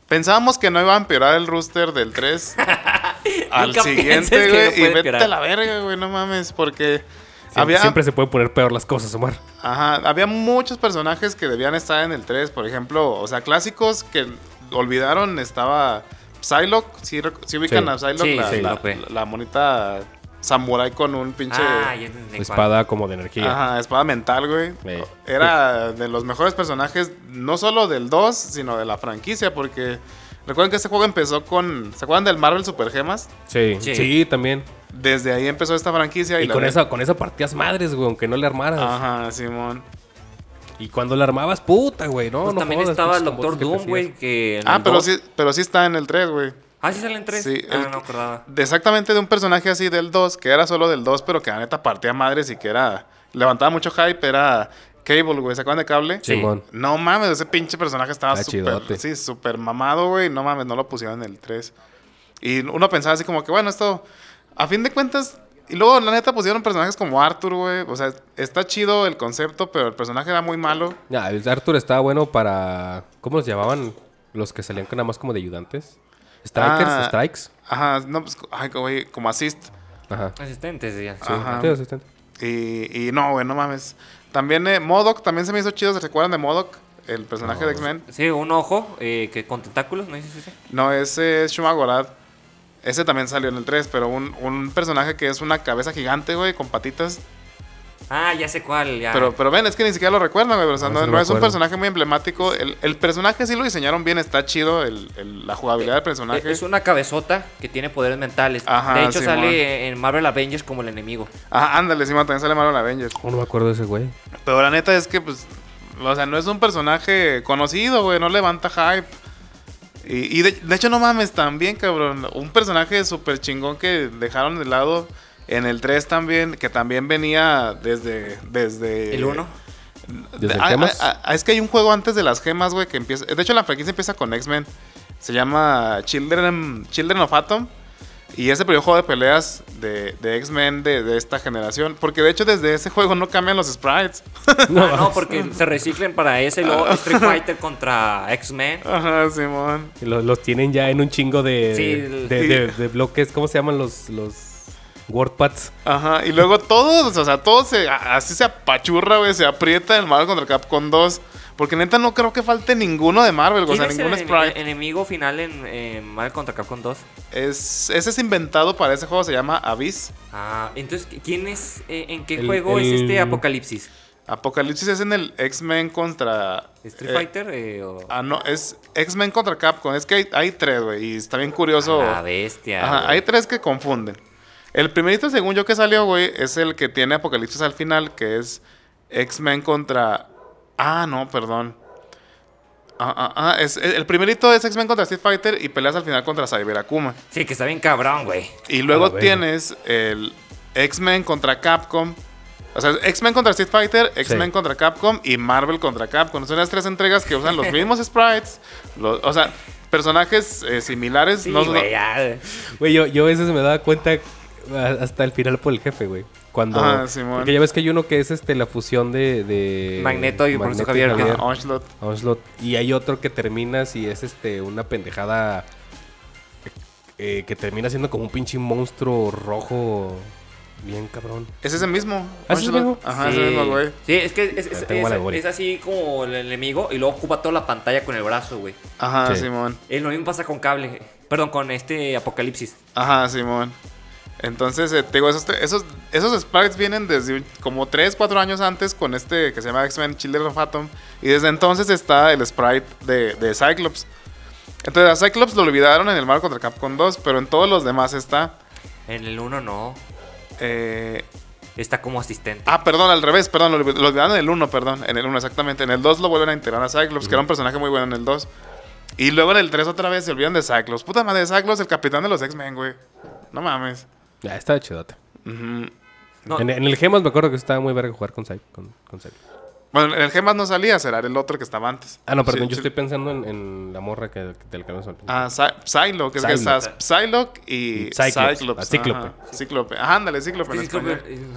B: pensábamos que no iba a empeorar el rooster del 3 al
C: Nunca pienses
B: siguiente,
C: que no
B: güey.
C: puede
B: y vete
C: empeorar.
B: a la verga, güey, no mames, porque.
A: Siempre, siempre se pueden poner peor las cosas, Omar.
B: Ajá, había muchos personajes que debían estar en el 3, por ejemplo, o sea, clásicos que olvidaron, estaba Psylocke, si ubican
A: Sí.
B: a Psylocke,
C: Sí,
B: la,
C: sí,
B: la-
C: lo pe.
B: la monita samurai con un pinche...
C: Ah, ya entendí cuál.
A: Espada como de energía.
B: Ajá, espada mental, güey.
A: Eh.
B: Era de los mejores personajes, no solo del 2, sino de la franquicia, porque recuerden que este juego empezó con... ¿Se acuerdan del Marvel Super Gemas?
A: Sí, sí,
C: Sí.
A: también.
B: Desde ahí empezó esta franquicia. Y,
A: Y
B: la Ah.
A: con
B: neta-
A: esa, con esa partías madres, güey, aunque no le armaras.
B: Ajá, Simón.
A: Y cuando la armabas, puta, güey, no,
C: Pues
A: no
C: también
A: jodas,
C: estaba el
A: pinches combos
C: Doctor
A: que te
C: Doom,
A: hacías.
C: güey, que... en
B: Ah,
C: el
B: pero
C: dos-
B: sí, pero sí está en el 3, güey.
C: Ah, sí salen tres.
B: Sí,
C: ah,
B: el-
C: no me acordaba.
B: de exactamente de un personaje así del 2, que era solo del 2, pero que la neta partía madres y que era. Levantaba mucho hype, era Cable, güey. ¿Se acuerdan de Cable?
C: Sí.
A: Simón.
B: No mames, ese pinche personaje estaba
A: Está chidote.
B: súper. Sí, súper mamado, güey. No mames, no lo pusieron en el 3. Y uno pensaba así como que, bueno, esto. A fin de cuentas. Y luego, la neta, pusieron personajes como Arthur, güey. O sea, está chido el concepto, pero el personaje era muy malo.
A: Ya, Ah, el Arthur estaba bueno para. ¿Cómo los llamaban? Los que salían con nada más como de ayudantes. Strikers,
B: Ah.
A: strikes.
B: Ajá, no, pues, ay, güey, como assist.
A: Ajá.
C: Asistentes, ya.
A: Sí,
B: Ajá.
A: sí, asistente.
B: Y, y no, güey, no mames. También eh, Modoc, también se me hizo chido. ¿Se recuerdan de Modoc? El personaje de X-Men.
C: Sí, un ojo eh, que con tentáculos, ¿no dices ese?
B: No, ese es Shuma Gorath. Ese también salió en el 3, pero un, un personaje que es una cabeza gigante, güey, con patitas.
C: Ah, ya sé cuál, ya.
B: Pero, pero ven, es que ni siquiera lo recuerdan, güey. O sea,
A: No,
B: no,
A: Ah, sí lo
B: no es un
A: recuerdo.
B: personaje muy emblemático. El, el personaje sí lo diseñaron bien, está chido. el- el- la jugabilidad del personaje.
C: es una cabezota que tiene poderes mentales.
B: Ajá,
C: de hecho,
B: Simón.
C: sale en Marvel Avengers como el enemigo.
B: Ajá, Ah, ándale, encima también sale Marvel Avengers.
A: Oh, no me acuerdo de ese güey.
B: Pero la neta es que, pues, o sea, no es un personaje conocido, güey, no levanta hype. Y, y de, de hecho, no mames, también, cabrón. Un personaje súper chingón que dejaron de lado en el 3 también, que también venía desde. desde
C: el uno.
A: ¿Desde
B: de-
A: el
B: ah,
A: Gemas?
B: ah, ah, es que hay un juego antes de las gemas, güey, que empieza. De hecho, la franquicia empieza con X-Men. Se llama Children, Children of Atom. Y ese primer juego de peleas de, de X-Men de, de esta generación. Porque de hecho desde ese juego no cambian los sprites.
C: Ah, No,
B: ah,
C: no, porque se reciclen para ese y luego Street Fighter contra X-Men.
B: Ajá, Simón.
A: Y lo- Los, tienen ya en un chingo de,
C: Sí,
A: de,
C: el-
A: de-
B: sí.
A: de- de bloques. ¿Cómo se llaman los, los WordPads?
B: Ajá, y luego todos, o sea, todos se, a- así se apachurra, güey, se aprieta el Marvel contra Capcom 2. Porque neta no creo que falte ninguno de Marvel, o
C: ¿Quién
B: sea,
C: es el
B: ningún
C: ene-
B: sprite.
C: enemigo final en, en Marvel contra Capcom 2?
B: Es, ese es inventado para ese juego, se llama Abyss.
C: Ah, entonces, ¿quién es, eh, en qué
A: El-
C: juego es
A: el-
C: este apocalipsis?
B: Apocalipsis es en el X-Men contra...
C: ¿Street
B: eh,
C: Fighter eh, o...?
B: Ah, no, es X-Men contra Capcom. Es que hay, hay tres, güey, y está bien curioso.
C: A La bestia.
B: Ajá,
C: güey.
B: hay tres que confunden. El primerito, según yo que salió, güey, es el que tiene Apocalipsis al final, que es X-Men contra. Ah, no, perdón. Ah, ah, ah, es, el el primerito es X-Men contra Street Fighter y peleas al final contra Cyber Akuma.
C: Sí, que está bien cabrón, güey.
B: Y
A: A
B: luego
A: la verga.
B: tienes el X-Men contra Capcom. O sea, X-Men contra Street Fighter, X-Men
A: Sí.
B: contra Capcom y Marvel contra Capcom. Son las tres entregas que usan los mismos sprites. los- o sea, personajes eh, similares.
C: Sí,
B: no-
C: güey, ya.
A: Güey, yo, yo a veces me daba cuenta a- hasta el final por el jefe, güey. Cuando.
B: Ah, Simón.
A: porque ya ves que hay uno que es este la fusión de. de
C: Magneto y Profesor Javier,
B: no,
C: Javier.
B: Onslaught.
A: Onslaught. Y hay otro que termina si es este una pendejada. eh, que termina siendo como un pinche monstruo rojo. Bien cabrón.
B: Es ese mismo.
A: ¿Ah, es el
B: Onslaught.
A: mismo?
B: Ajá,
C: sí.
B: es el mismo, güey.
C: Sí, es que es, es-
A: Ya tengo
C: es-
A: la memoria.
C: es así como el enemigo y luego ocupa toda la pantalla con el brazo, güey.
B: Ajá,
A: Sí.
B: Simón.
C: Eh, lo mismo pasa con cable. Perdón, con este apocalipsis.
B: Ajá, Simón. Entonces, eh, te digo, esos, te- esos, esos sprites vienen desde un- como 3, 4 años antes con este que se llama X-Men Children of Atom. Y desde entonces está el sprite de, de Cyclops. Entonces, a Cyclops lo olvidaron en el Marvel contra Capcom 2, pero en todos los demás está.
C: En el 1 no.
B: eh,
C: Está como asistente.
B: ah, perdón, al revés, perdón, lo, olvid- lo olvidaron en el 1, perdón, en el 1 exactamente. En el 2 lo vuelven a integrar a Cyclops, que era un personaje muy bueno en el 2. Y luego en el 3 otra vez se olvidan de Cyclops. Puta madre, Cyclops, el capitán de los X-Men, güey. No mames.
A: Ya, estaba chidote.
B: Ujú.
C: No,
A: En, en el Gemas me acuerdo que estaba muy verga jugar con Sai- Con, con Sai.
B: Bueno, el Gemas no salía, será el otro que estaba antes.
A: Ah, no, perdón,
B: Sí,
A: yo
B: sí.
A: estoy pensando en, en la morra que, que te alcanzó al principio.
B: Ah, Psy- Psylocke, es que
A: Psylocke.
B: estás Psylocke y
A: Y Cyclops,
B: Cyclops.
A: ah, Cíclope.
B: Ajá, Cíclope. Ajá, ándale, Cíclope en
C: Sí, sí, creo
B: español.
C: que-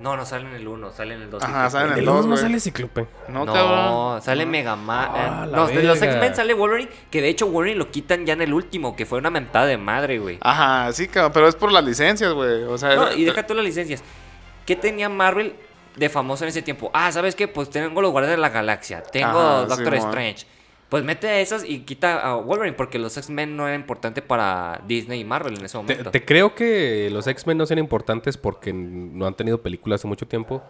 C: No, no sale en el 1, sale en el 2.
B: Ajá, sale en
A: el
B: el
A: dos
B: dos,
A: no
B: güey.
A: sale eh. Cíclope.
B: No,
C: No,
B: cabrón.
C: sale Mega Man.
A: Ah,
C: eh,
A: la
C: no, de los
A: verga.
C: X-Men sale Wolverine, que de hecho Wolverine lo quitan ya en el último, que fue una mentada de madre, güey.
B: Ajá, sí, cabrón, pero es por las licencias, güey. O sea,
C: No, y deja tú las licencias. ¿Qué tenía Marvel de famoso en ese tiempo? Ah, ¿sabes qué? Pues tengo los Guardianes de la Galaxia, tengo
B: Ajá,
C: Doctor
B: Simón.
C: Strange. Pues mete a esas y quita a Wolverine, porque los X-Men no eran importantes para Disney y Marvel en ese
A: Te,
C: momento.
A: te creo que los X-Men no sean importantes porque n- no han tenido películas hace mucho tiempo.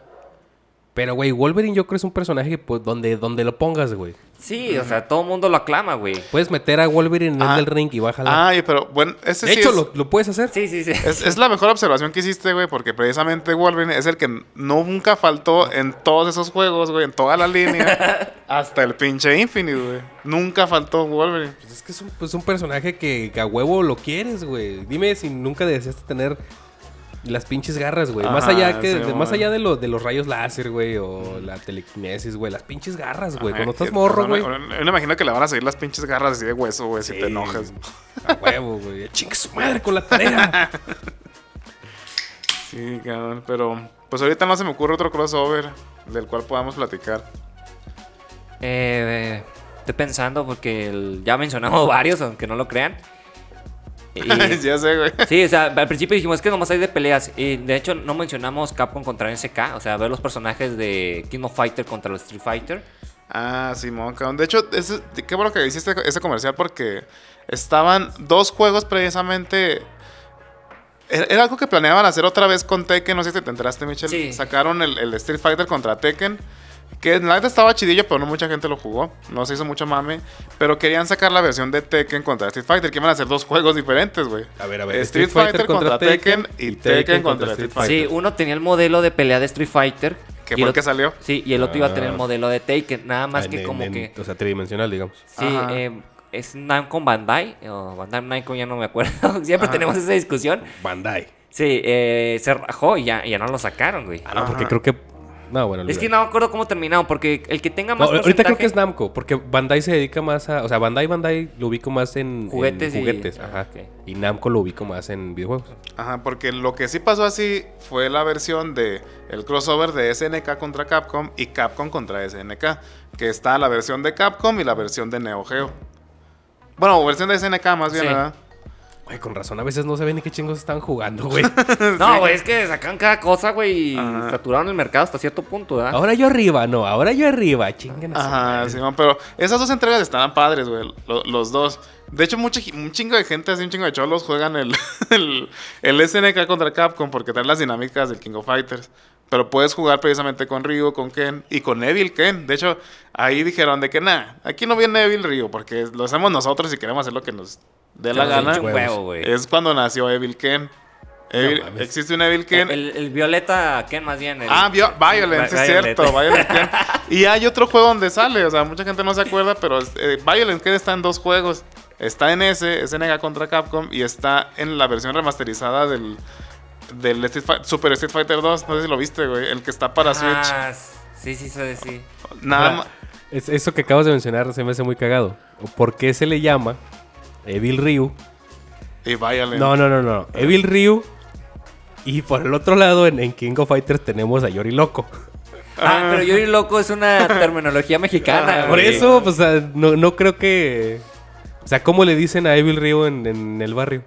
A: Pero, güey, Wolverine yo creo es un personaje que, pues, donde, donde lo pongas, güey.
C: Sí, o sea, todo el mundo lo aclama, güey.
A: Puedes meter a Wolverine en
B: Ah.
A: el ring y bájala.
B: Ay, pero bueno, ese
A: de
B: sí
A: hecho,
B: es-
A: lo, lo puedes hacer.
C: Sí, sí, sí.
B: Es, es la mejor observación que hiciste, güey, porque precisamente Wolverine es el que nunca faltó en todos esos juegos, güey, en toda la línea, hasta el pinche Infinite, güey. Nunca faltó Wolverine.
A: Pues es que es un, pues, un personaje que que a huevo lo quieres, güey. Dime si nunca deseaste tener las pinches garras, güey. Más
B: Ajá,
A: allá que
B: sí,
A: de- más
B: güey.
A: allá de, lo, de los rayos láser, güey, o la telequinesis, güey, las pinches garras, güey.
B: Ajá,
A: Cuando estás
B: que-
A: morro,
B: Ah, no,
A: güey.
B: no, no, Yo me imagino que le van a seguir las pinches garras así de hueso, güey, si te enojas.
A: A huevo, güey. Chingue su madre con la tarea.
B: Sí, cabrón, pero pues ahorita no se me ocurre otro crossover del cual podamos platicar.
C: Eh, eh, estoy pensando porque el- ya mencionamos varios, aunque no lo crean. Y-
B: ya sé, güey.
C: sí, o sea, al principio dijimos que nomás hay de peleas. Y de hecho, no mencionamos Capcom contra NSK. O sea, ver los personajes de King of Fighter contra los Street Fighter.
B: Ah, Simón, cabrón. De hecho, ese- qué bueno que hiciste ese comercial porque estaban dos juegos precisamente. Era, era algo que planeaban hacer otra vez con Tekken, no sé si te enteraste, Michel.
C: Sí.
B: Sacaron el, el Street Fighter contra Tekken. Que en la neta estaba chidillo, pero no mucha gente lo jugó. No se hizo mucho mame. Pero querían sacar la versión de Tekken contra Street Fighter, que iban a hacer dos juegos diferentes, güey.
A: A ver, a ver,
B: Street, Fighter contra Tekken, y Tekken contra Street Fighter.
C: Sí, uno tenía el modelo de pelea de Street Fighter.
B: Que
C: y
B: fue
C: el
B: el que
C: otro-
B: salió.
C: Sí, y el otro iba a tener el
A: Ah.
C: modelo de Taken. Nada más
A: Ah,
C: que
A: en-
C: como
A: en-
C: que.
A: O sea, tridimensional, digamos.
C: Sí,
B: Ajá.
C: eh, es Namco Bandai. O Bandai Namco, ya no me acuerdo. Siempre tenemos esa discusión.
A: Bandai.
C: Sí, eh, se rajó y ya, ya no lo sacaron, güey.
A: Ah, no, porque
B: Ajá.
A: creo que No, bueno,
C: Es
A: olvídalo.
C: que no me acuerdo cómo terminaron, porque el que tenga
A: No,
C: más
A: ahorita creo que
C: porcentaje-
A: es Namco, porque Bandai se dedica más a. O sea, Bandai Bandai lo ubico más en en
C: Juguetes y-
A: juguetes,
C: ah,
A: ajá.
C: ok.
A: Y Namco lo ubico más en videojuegos.
B: Ajá, porque lo que sí pasó así fue la versión de el crossover de SNK contra Capcom y Capcom contra SNK, que está la versión de Capcom y la versión de Neo Geo. Bueno, versión de SNK más bien,
C: Sí.
B: ¿verdad?
A: Güey, con razón, a veces no se ven ni qué chingos están jugando, güey.
C: No, güey, es que sacan cada cosa, güey, y
B: Ajá.
C: saturaron el mercado hasta cierto punto, ¿verdad?
A: ahora yo arriba, no, ahora yo arriba, chinguen a su
B: Ajá,
A: madre.
B: Simón, pero esas dos entregas estarán padres, güey, lo- los dos. De hecho, mucha, gi- un chingo de gente, así un chingo de cholos juegan el, el, el SNK contra Capcom porque traen las dinámicas del King of Fighters. Pero puedes jugar precisamente con Ryu, con Ken y con Evil Ken. De hecho, ahí dijeron de que nada, aquí no viene Evil Ryu porque lo hacemos nosotros y queremos hacer lo que nos dé la
C: Nos hincha
B: gana.
C: un huevo, güey.
B: Es cuando nació Evil Ken. Evil-
A: mames.
B: existe un Evil Ken.
C: El, el Violeta, ¿qué más bien? El-
B: Ah, Vio- Violent, sí
C: Vi-
B: es
C: Violet.
B: cierto. Violent Ken. Y hay otro juego donde sale, o sea, mucha gente no se acuerda, pero eh, Violent Ken está en dos juegos. Está en ese, SNK contra Capcom, y está en la versión remasterizada del, del Street Fi- Super Street Fighter 2. No sé si lo viste, güey. El que está para
C: Ah, sí, sí, sí, sí.
B: Switch. Nada
A: Ahora,
B: más.
A: es- eso que acabas de mencionar se me hace muy cagado. ¿Por qué se le llama Evil Ryu?
B: Y Violent.
A: No, no, no, no. Evil Ryu. Y por el otro lado, en, en King of Fighters tenemos a Yori Loco.
C: Ah, pero Yuri Loco es una terminología mexicana,
B: Ah,
A: Por
C: güey.
A: eso, pues, o sea, no, no creo que. O sea, ¿cómo le dicen a Evil Ryu en, en el barrio?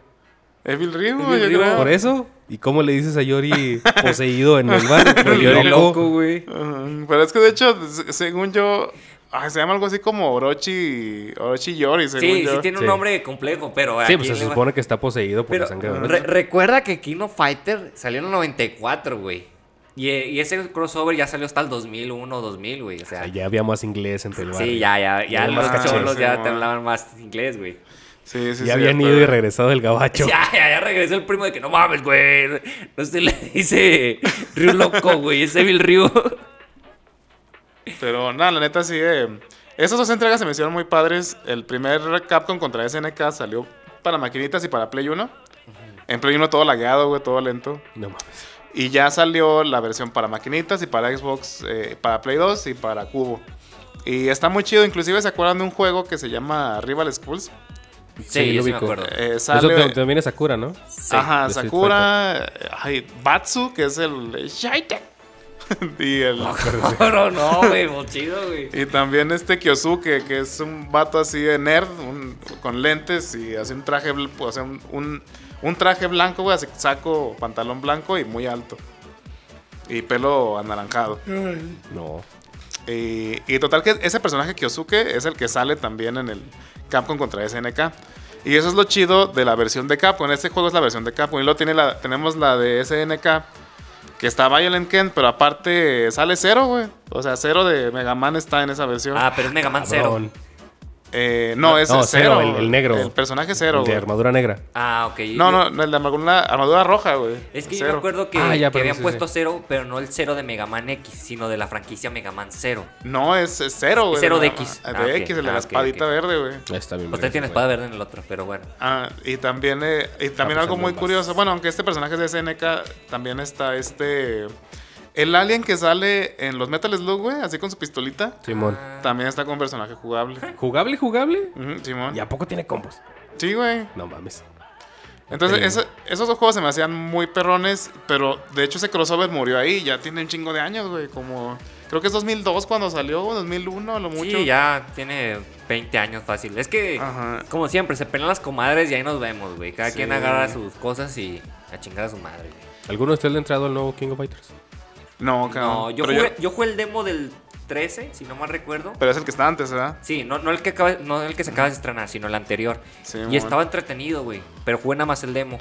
B: Evil Ryu,
C: Evil
B: yo
C: Ryu.
B: creo.
A: ¿Por eso? ¿Y cómo le dices a Yori poseído en el barrio? Pero
C: Yuri Loco, güey.
B: Ujú, Pero es que de hecho, se- según yo. ay, se llama algo así como Orochi. Orochi Yori, según
C: Sí,
B: yo.
C: sí tiene un
A: Sí.
C: nombre complejo, pero
A: Sí,
C: aquí
A: pues se
C: le va-
A: supone que está poseído por
C: Pero
A: la sangre. de
C: re- recuerda que Kino Fighter salió en el 94, güey. Y, eh, y ese crossover ya salió hasta el 2001, 2000, güey. O
A: O
C: sea,
A: sea, ya había más inglés entre el barrio.
C: sí, ya, ya, ya
A: Ya
C: los
B: más
C: cholos
B: caché.
C: ya
B: Sí,
C: te
B: mo.
C: hablaban más inglés, güey.
B: Sí, sí,
A: Ya
B: sí,
A: habían
B: cierto,
A: ido y
B: güey.
A: regresado del gabacho.
C: Ya, ya, ya regresó el primo de que no mames, güey. No se le dice Ryu loco, güey. Ese Bill Ryu.
B: Pero nada, la neta sí. eh, esas dos entregas se me hicieron muy padres. El primer Capcom contra SNK salió para maquinitas y para Play 1. En Play 1 todo lagueado, güey, todo lento.
A: No mames.
B: Y ya salió la versión para maquinitas y para Xbox, eh, para Play 2 y para Cubo. Y está muy chido, inclusive se acuerdan de un juego que se llama Rival Schools.
C: Sí,
A: Sí,
C: yo
A: lo
C: sí
A: ubico.
C: me acuerdo.
B: Eh,
A: Eso
B: sale,
A: te- también es Sakura, ¿no?
C: Sí.
B: ajá,
A: de Street
B: Sakura, eh, ay, Batsu, que es el Shaita. y el...
C: Pero no, güey, muy chido, güey.
B: Y también este Kyosuke, que es un vato así de nerd, un- con lentes y hace un traje, bl- pues, hace un, un, un traje blanco, güey, así saco, pantalón blanco y muy alto. Y pelo anaranjado.
A: No.
B: Y, y total que ese personaje Kyosuke es el que sale también en el Capcom contra SNK. Y eso es lo chido de la versión de Capcom. Este juego es la versión de Capcom. Y luego tiene la, tenemos la de SNK, que está Violent Ken, pero aparte sale Zero, güey. O sea, Zero de Mega Man está en esa versión.
C: Ah, pero es Mega Man
A: Cabrón.
C: 0.
B: Eh, no, es
A: No,
B: cero,
A: Cero, el- el negro.
B: El personaje cero,
A: De
B: güey.
A: armadura negra.
C: Ah, ok.
B: No, no, no, el de armadura, armadura roja, güey.
C: Es que yo
B: Cero.
C: me acuerdo que,
A: Ah, ya,
C: que
A: perdón,
C: habían
A: sí,
C: puesto
A: sí.
C: cero, pero no el cero de Mega Man X, sino de la franquicia Mega Man 0.
B: No, es, es cero, güey.
C: Cero de
B: la-
C: X.
B: De
C: Ah, ok.
B: X, el de
C: Ah,
B: la
C: ok,
B: espadita
C: ok.
B: verde, güey.
A: Está bien.
C: Usted Pues, tiene espada verde en el otro, pero bueno.
B: Ah, y también, eh,
C: Ah,
B: y también
A: pues,
B: algo
A: en
B: muy
A: ambas.
B: curioso. Bueno, aunque este personaje es de SNK, también está este. El alien que sale en los Metal Slug, güey, así con su pistolita,
A: Simón.
C: Ah.
B: también está con personaje jugable.
A: ¿Jugable, jugable?
B: Ujú, Simón.
A: ¿Y a poco tiene combos?
B: Sí, güey.
A: No mames.
B: Entonces,
A: Sí.
B: ese- esos dos juegos se me hacían muy perrones, pero de hecho ese crossover murió ahí, ya tiene un chingo de años, güey, como... Creo que es 2002 cuando salió, o 2001 a lo mucho.
C: Sí, ya tiene 20 años fácil. Es que,
B: Ajá.
C: como siempre, se pelean las comadres y ahí nos vemos, güey. Cada
B: Sí.
C: quien agarra sus cosas y a chingar a su madre, güey.
A: ¿Alguno de ustedes le ha entrado al nuevo King of Fighters?
B: No, cabrón.
C: No, yo
B: pero,
C: jugué, yo jugué el demo del 13, si no mal recuerdo.
B: pero es el que está antes, ¿verdad?
C: Sí, no, no, el que acaba, no el que se acaba de estrenar, sino el anterior.
B: Sí,
C: y
B: mon.
C: estaba entretenido, güey. Pero jugué nada más el demo.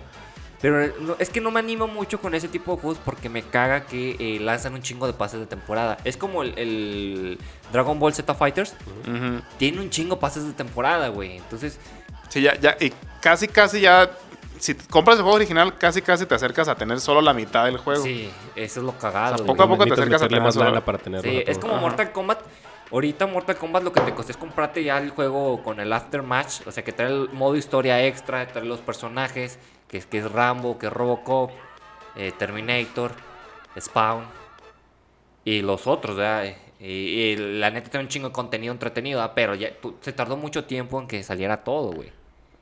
C: Pero no- es que no me animo mucho con ese tipo de juegos porque me caga que eh, lanzan un chingo de pases de temporada. Es como el, el Dragon Ball Z Fighters.
B: Ujú.
C: Tiene un chingo pases de temporada, güey. Entonces,
B: Sí, ya, ya, y casi, casi ya... Si te compras el juego original, casi, casi te acercas a tener solo la mitad del juego.
C: sí, eso es lo cagado.
B: O sea,
C: güey.
B: poco a poco te
A: Necesitas
B: acercas a
A: meterle
B: tener
A: más
B: solo-
A: lana para tenerlo.
C: Sí, es como Mortal Kombat. Ahorita Mortal Kombat lo que te costó es comprarte ya el juego con el aftermatch, o sea que trae el modo historia extra, trae los personajes, que, es- que es Rambo, que es Robocop, eh, Terminator, Spawn. y los otros, ¿verdad? Y, y la neta tiene un chingo de contenido entretenido, ¿verdad? pero ya tu- se tardó mucho tiempo en que saliera todo, güey.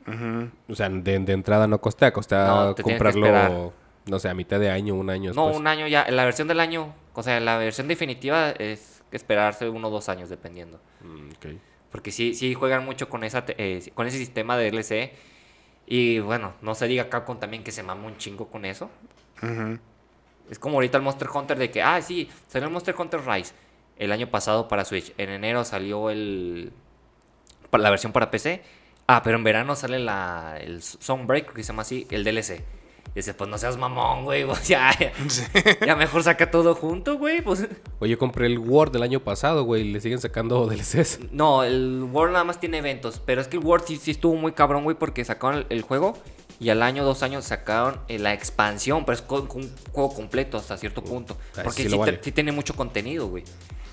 B: Ujú.
A: O sea, de, de entrada no costaba, costaba
C: No, te tienes que esperar.
A: comprarlo, no sé, a mitad de año, un año
C: No,
A: después.
C: un año ya, la versión del año, o sea, la versión definitiva es que esperarse uno o dos años dependiendo.
A: Mm, ok.
C: Porque sí, sí juegan mucho con, esa, te- eh, con ese sistema de DLC. Y bueno, no se diga Capcom también que se mamó un chingo con eso.
B: Ujú.
C: Es como ahorita el Monster Hunter de que, ah, sí, salió el Monster Hunter Rise el año pasado para Switch. En enero salió el pa- la versión para PC. Ah, pero en verano sale la, el Sunbreak, que se llama así, el DLC. Y dices, pues no seas mamón, güey. pues, ya, ya, ya mejor saca todo junto, güey. Pues.
A: Oye, yo compré el Word del año pasado, güey, y le siguen sacando DLCs.
C: No, el World nada más tiene eventos. Pero es que el World sí, sí estuvo muy cabrón, güey, porque sacaron el, el juego y al año, dos años sacaron eh, la expansión. Pero es con, con un juego completo hasta cierto punto.
A: Ah,
C: Porque
A: sí
C: sí,
A: lo
C: te-
A: vale.
C: sí tiene mucho contenido, güey.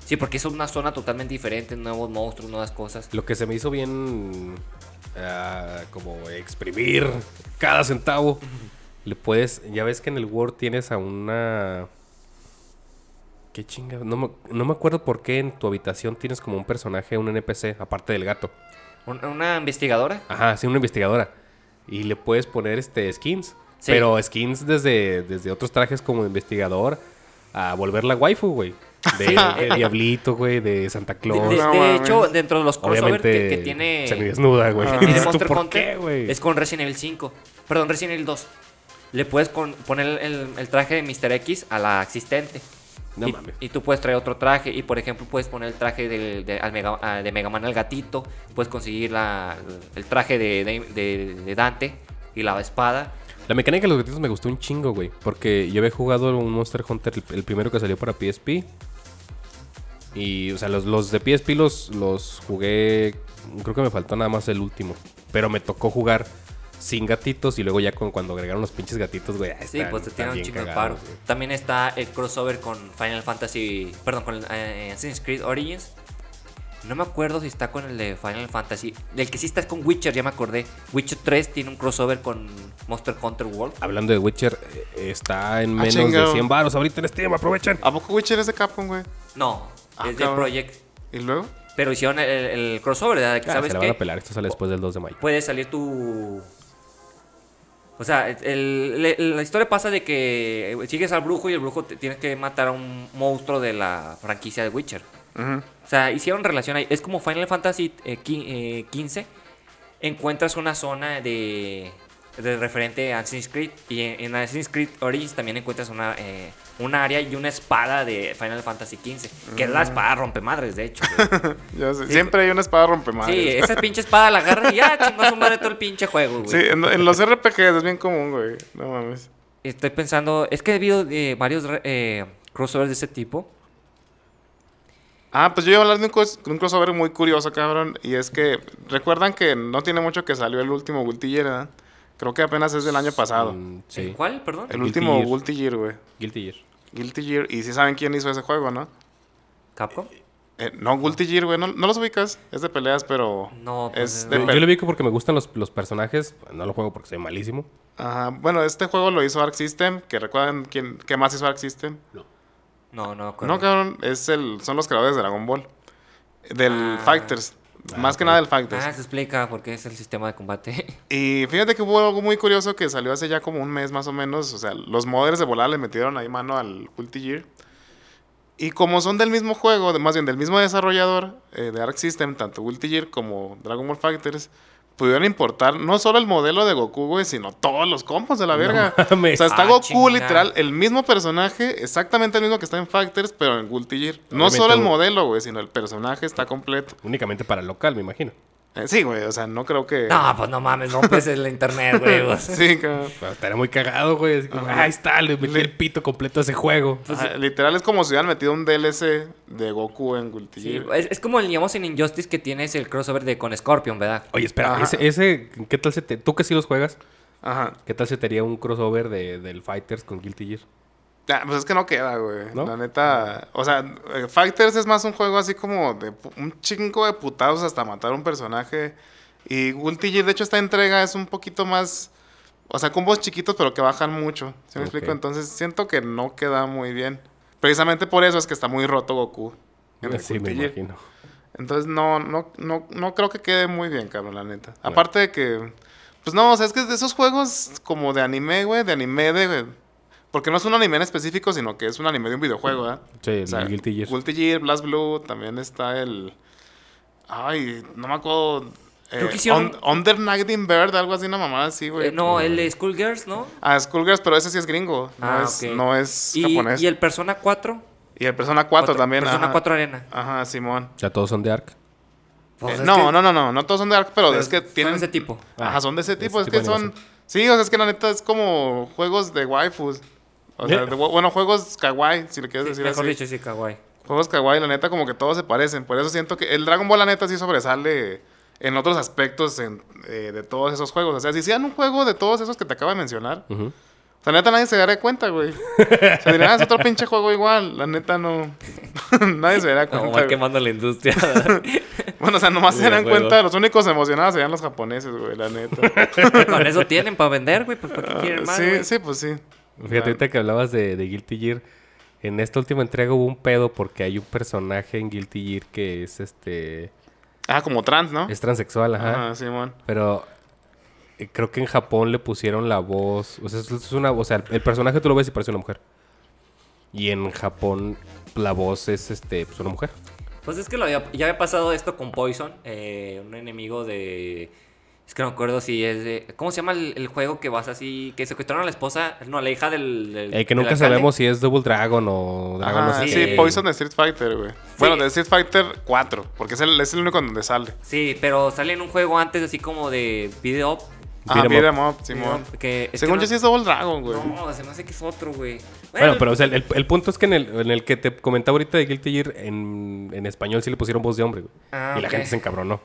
C: Sí, porque es una zona totalmente diferente, nuevos monstruos, nuevas cosas.
A: Lo que se me hizo bien ah, como exprimir cada centavo. Le puedes, ya ves que en el Word tienes a una qué chinga, no me, no me acuerdo por qué en tu habitación tienes como un personaje, un NPC aparte del gato.
C: Un- Una investigadora.
A: Ajá, sí, una investigadora. Y le puedes poner este skins,
C: Sí.
A: pero skins desde desde otros trajes como investigador a volverla waifu, güey. De, de Diablito, güey, de Santa
C: De, de-
A: Claus.
C: de
B: No mames.
C: hecho, dentro de los crossover
A: Obviamente
C: que, que tiene,
A: se me desnuda, güey.
C: que tiene
A: Dices tú,
C: Monster
A: ¿por
C: Hunter
A: qué, güey?
C: es con Resident Evil 5. Perdón, Resident Evil 2. Le puedes con- poner el, el traje de Mr. X a la asistente.
A: No
C: y,
A: mames.
C: y tú puedes traer otro traje. Y por ejemplo, puedes poner el traje del- de, al Mega, a- de Mega Man al gatito. Puedes conseguir la- el traje de, de- de- de Dante y la espada.
A: La mecánica de los gatitos me gustó un chingo, güey. Porque yo había jugado un Monster Hunter, el, el primero que salió para PSP. Y, o sea, los, los de PSP los, los jugué. Creo que me faltó nada más el último. Pero me tocó jugar sin gatitos y luego ya con, cuando agregaron los pinches gatitos, güey.
C: Sí, pues te tiene un chingo de paro. También está el crossover con Final Fantasy. Perdón, con eh, Assassin's Creed Origins. No me acuerdo si está con el de Final Fantasy. Del que sí está es con Witcher, ya me acordé. Witcher 3 tiene un crossover con Monster Hunter World.
A: Hablando de Witcher, eh, está
B: Ah,
A: en menos de
B: chingado.
A: 100 baros ahorita en Steam, aprovechen.
C: Ah,
B: ¿A poco Witcher es de Capcom, güey?
C: No,
B: Ah,
C: es de
B: cabrón.
C: Project.
B: ¿Y luego?
C: Pero hicieron el, el crossover, ¿verdad? Que
A: Ah,
C: ¿Sabes
A: se la
C: qué?
A: van a pelar, esto sale después del 2 de mayo.
C: puede salir tu. O sea, el- el- la historia pasa de que sigues al brujo y el brujo te, tienes que matar a un monstruo de la franquicia de Witcher.
B: Ujú.
C: O sea, hicieron relación ahí. Es como Final Fantasy eh, qui- eh, 15. Encuentras una zona de, de referente a Assassin's Creed. Y en, en Assassin's Creed Origins también encuentras una, eh, un área y una espada de Final Fantasy 15. Que es la espada rompemadres, de hecho. güey.
B: Ya sé. Siempre hay una espada rompemadres.
C: sí, esa pinche espada la agarras y ya chingó a su madre todo el pinche juego, güey.
B: Sí, en, en los RPGs es bien común, güey. No mames.
C: Estoy pensando, es que he habido eh, varios re- eh, crossovers de ese tipo.
B: Ah, pues yo iba a hablar de un, cos- un crossover muy curioso, cabrón. Y es que, ¿recuerdan que no tiene mucho que salió el último Guilty Gear, ¿verdad? Creo que apenas es del año pasado.
A: Mm,
C: ¿El
A: sí.
C: ¿Cuál? Perdón.
B: El
A: Guilty
B: último
A: Gear.
B: Guilty Gear, güey.
A: Guilty Gear.
B: Guilty Gear. Y sí saben quién hizo ese juego, ¿no?
C: ¿Capcom?
B: Eh, no, Guilty Gear, güey. No, no los ubicas. Es de peleas, pero...
C: No, pues,
B: es
C: no.
B: de
A: Yo,
B: pe-
A: yo lo vi porque me gustan los, los personajes. No lo juego porque soy malísimo.
B: Ajá. Bueno, este juego lo hizo Arc System. ¿Que recuerdan quién, qué más hizo Arc System?
C: No, no me acuerdo.
B: No, cabrón. Es el, son los creadores de Dragon Ball. Del
C: Ah.
B: Fighters.
A: Ah,
B: más
A: ok.
B: que nada del Fighters.
C: Ah, se explica porque es el sistema de combate.
B: Y fíjate que hubo algo muy curioso que salió hace ya como un mes más o menos. O sea, los modders de volada le metieron ahí mano al Guilty Gear. Y como son del mismo juego, de- más bien del mismo desarrollador eh, de Arc System, tanto Guilty Gear como Dragon Ball Fighters, pudieron importar no solo el modelo de Goku, güey, sino todos los combos de la verga.
A: mames.
B: o sea, está
C: Ah,
B: Goku
C: chinga.
B: literal, el mismo personaje, exactamente el mismo que está en Fighters, pero en Guilty Gear. No
A: Obviamente,
B: solo el
A: güey.
B: modelo, güey, sino el personaje está completo.
A: Únicamente para local, me imagino.
B: Eh, sí, güey, o sea, no creo que...
C: no, pues no mames, rompes el internet, güey. pues.
B: Sí, cabrón.
A: Pero estaría muy cagado, güey. Así como, "Ah, ahí está, le metí
B: Le-
A: el pito completo a ese juego.
B: Ah, literal es como si hubieran metido un DLC de Goku en Guilty
C: Sí,
B: Gear.
C: es, es como, digamos, en Injustice que tienes el crossover de con Scorpion, ¿verdad?
A: Oye, espera,
B: Ajá.
A: ese, ese, ¿qué tal se te. Tú que sí los juegas,
B: Ajá.
A: ¿qué tal se te haría un crossover de, del Fighters con Guilty Gear?
B: Ah, pues es que no queda, güey.
A: ¿No?
B: La neta. O sea, eh, Fighters es más un juego así como de pu- un chingo de putados hasta matar a un personaje. Y Guilty Gear, de hecho, esta entrega es un poquito más. O sea, combos chiquitos, pero que bajan mucho. ¿Se me
A: Ok.
B: explico? Entonces siento que no queda muy bien. Precisamente por eso es que está muy roto Goku. En el
A: Sí, me
B: Guilty Gear.
A: imagino.
B: Entonces no, no, no, no creo que quede muy bien, cabrón, la neta. Aparte de que. Pues no, o sea, es que es de esos juegos como de anime, güey, de anime de. Porque no es un anime en específico, sino que es un anime de un videojuego, ¿verdad?
A: Sí, el Guilty Gear.
B: Guilty Gear, Blast Blue, también está el. Ay, no me acuerdo. eh,
C: Creo que hicieron-
B: Un- Under Nighting Bird, algo así, una mamada así, güey.
C: Eh, no, el de Schoolgirls, ¿no?
B: Ah, Skullgirls, pero ese sí es gringo. No
C: Ah,
B: es,
C: ok.
B: no es
C: Y,
B: japonés.
C: y el Persona 4.
B: Persona 4
C: Cuatro-
B: también.
C: Persona
B: ajá.
C: 4 Arena.
B: Ajá, Simón.
A: Ya todos son de Ark.
C: Pues
B: Eh,
C: es
B: no,
C: que-
B: no, no, no, no todos son de Ark, pero es
C: son
B: que tienen.
C: ese tipo. Ah,
B: Ajá, son de ese tipo,
A: ese
B: es que
A: tipo de
B: son.
A: animación.
B: Sí, o sea, es que la neta es como juegos de waifus. O sea,
A: Eh.
B: de- bueno, juegos kawaii, si le quieres decir
C: Mejor
B: así.
C: dicho, sí, kawaii.
B: Juegos kawaii, la neta, como que todos se parecen. Por eso siento que el Dragon Ball, la neta, sí sobresale en otros aspectos en- eh, de todos esos juegos. O sea, si hicieran un juego de todos esos que te acabo de mencionar,
A: Ujú.
B: o sea, la neta nadie se daría cuenta, güey. Se diría, "Ah, es otro pinche juego igual. La neta no. nadie se daría cuenta.
C: Como va
B: güey.
C: quemando la industria.
B: Bueno, o sea, nomás se dan
C: Videojuego.
B: cuenta, los únicos emocionados serían los japoneses, güey, la neta.
C: Con eso tienen para vender, güey. Pues para qué quieren más.
B: sí,
C: güey?
B: sí, pues sí.
A: Fíjate, ahorita que hablabas de, de Guilty Gear, en esta última entrega hubo un pedo porque hay un personaje en Guilty Gear que es este.
B: Ah, como trans, ¿no?
A: Es transexual, ajá.
B: Ajá, Simón.
A: Pero eh, creo que en Japón le pusieron la voz. O sea, es- es una, o sea, el- el personaje tú lo ves y parece una mujer. Y en Japón la voz es este, pues una mujer.
C: Pues es que lo había- ya había pasado esto con Poison, eh, un enemigo de... Es que no me acuerdo si es de... ¿Cómo se llama el, el juego que vas así? Que secuestraron a la esposa, no, a la hija del... del-
A: Eh, que
C: del
A: nunca
C: alcalde?
A: sabemos si es Double Dragon o Dragon
B: Ajá,
A: no sé
B: sí,
A: qué.
C: qué.
B: Poison de Street Fighter, güey. Bueno, de Street Fighter 4, porque es el, es el único en donde sale.
C: Sí, pero sale en un juego antes así como de video... up,
B: Ah,
A: Beat 'em up.
B: Beat'em Up, Simón.
C: video up, que, es
B: Según
C: que
B: yo
C: no-
B: sí es Double Dragon, güey.
C: No, se me hace que es otro, güey.
A: Bueno, pero o sea, el, el- el punto es que en el, en el que te comentaba ahorita de Guilty Gear, en, en español sí le pusieron voz de hombre, güey.
C: Ah,
A: y la
C: ok.
A: gente se encabronó.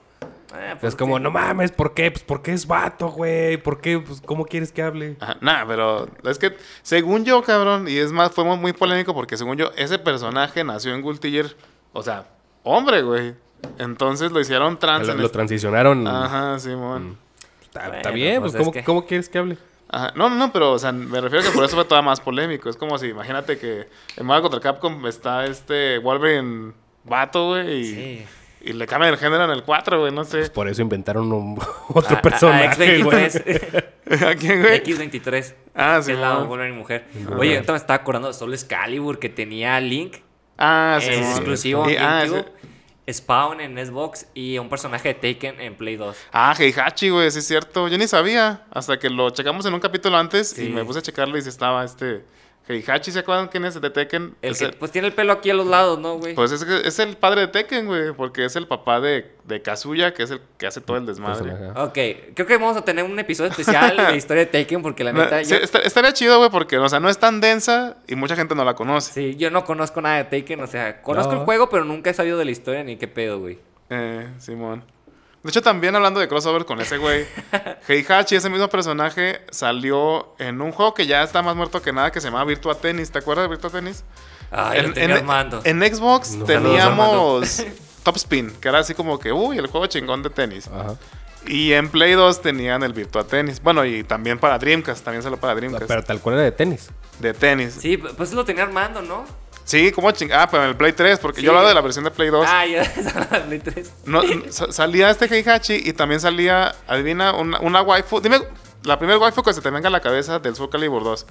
C: Ah, pues
A: Es como,
C: sí.
A: no mames, ¿por qué? Pues porque es vato, güey. ¿Por qué? Pues, ¿cómo quieres que hable?
B: Ajá, Nah, pero es que según yo, cabrón, y es más, fue muy polémico porque según yo, ese personaje nació en Guilty Gear, o sea, hombre, güey. Entonces lo hicieron
C: Ah,
B: trans.
A: Lo,
B: en
A: lo Mm.
B: este-
A: transicionaron.
B: Ajá, Simón.
A: Está,
C: Bueno,
A: está bien,
C: pues,
A: pues,
C: es
A: ¿cómo,
C: que-
A: cómo quieres que hable?
B: Ajá. No, no, no, pero o sea, me refiero a que por eso fue todavía más polémico. Es como si, imagínate que en Marvel contra Capcom está este Wolverine vato, güey, y,
C: Sí.
B: y le cambian el género en el 4, güey, no sé.
A: Por eso inventaron un-
C: A-
A: otro
C: a- a ah,
A: personaje, güey.
C: X23.
B: ¿A quién, güey?
C: X23.
B: Ah, sí,
C: que es la
B: mon.
C: Wolverine mujer. Oye, ahorita me estaba acordando de Soul Excalibur que tenía Link.
B: Ah, sí.
C: es
B: mon.
C: exclusivo
B: Y-
C: en
B: ah,
C: GameCube,
B: ese-
C: Spawn en Xbox y un personaje de Taken en Play 2.
B: Ah, Heihachi, güey, sí es cierto. Yo ni sabía. Hasta que lo checamos en un capítulo antes
C: Sí.
B: y me puse a checarlo y si estaba este. Heihachi, ¿se acuerdan quién es el de Tekken?
C: El
B: Es
C: que,
B: el-
C: pues tiene el pelo aquí a los lados, ¿no, güey?
B: pues es, que- es el padre de Tekken, güey, porque es el papá de, de Kazuya, que es el que hace todo el desmadre.
A: Personaje.
C: ok, creo que vamos a tener un episodio especial de historia de Taken porque la
B: No,
C: neta
B: sí,
C: yo,
B: esta- estaría chido, güey, porque, o sea, no es tan densa y mucha gente no la conoce.
C: sí, yo no conozco nada de Taken, o sea, conozco
A: No.
C: el juego pero nunca he sabido de la historia ni qué pedo, güey.
B: Eh, Simón. De hecho, también hablando de crossover con ese güey, Heihachi, ese mismo personaje, salió en un juego que ya está más muerto que nada, que se llama Virtua Tennis. ¿Te acuerdas de Virtua Tennis?
C: Ay, lo tenía Armando.
B: en Xbox
A: No.
B: teníamos Top Spin, que era así como que, uy, el juego chingón de tenis.
C: Ah,
A: Ajá.
B: Y en Play 2 tenían el Virtua Tennis. Bueno, y también para Dreamcast, también salió para Dreamcast.
A: Pero tal cual era de tenis.
B: de tenis. Sí,
C: Sí, pues lo tenía Armando, ¿no?
B: como chingón. Ah, pero en el Play 3, porque
C: Sí.
B: yo hablaba de la versión de Play 2.
C: Ah, ya Play 3.
B: No, n- sa- salía este Heihachi y también salía, adivina, una, una waifu. Dime la primera waifu que se te venga a la cabeza del Soul Calibur 2.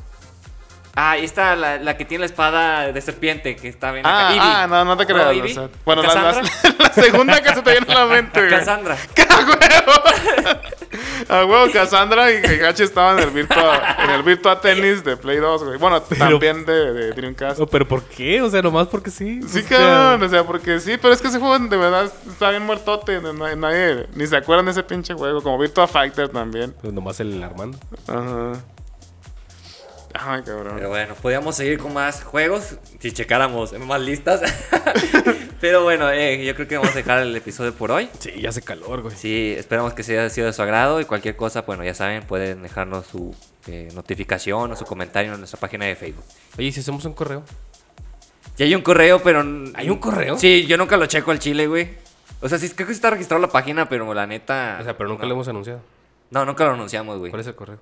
C: Ah, y está la, la que tiene la espada de serpiente que está bien acá.
B: Ah,
C: Ivy.
B: ah, no, no te
C: ¿No,
B: creas.
C: Ivy?
B: o sea, bueno, la, la-
C: ¿Cassandra?
B: la segunda que se te viene a la mente. güey.
C: Cassandra.
B: ¡Qué a huevo! A huevo, Cassandra y Heihachi estaban en el Virtua, en el Virtua Tennis de Play 2, güey. Bueno, también de, de Dreamcast.
A: No, Oh, pero ¿por qué? O sea, nomás porque sí.
B: Sí,
A: O sea,
B: cabrón, o sea, porque sí, pero es que ese juego de verdad está bien muertote. no- no- Nadie ni se acuerdan de ese pinche juego, como Virtua Fighter también.
A: Pues nomás el Armando.
B: Ajá. Ay, cabrón.
C: Pero bueno, podíamos seguir con más juegos si checáramos más listas. Pero bueno, eh, yo creo que vamos a dejar el episodio por hoy.
A: Sí, ya hace calor, güey.
C: Sí, esperamos que sea haya sido de su agrado y cualquier cosa, bueno, ya saben, pueden dejarnos su eh, notificación o su comentario en nuestra página de Facebook.
A: Oye, ¿y si hacemos un correo?
C: Y hay un correo, pero...
A: ¿Hay un correo?
C: Sí, yo nunca lo checo al chile, güey. O sea, sí, creo que está registrado la página, pero la neta...
A: O sea, pero nunca
C: no.
A: lo hemos anunciado.
C: No, nunca lo anunciamos, güey.
A: ¿Cuál es el correo?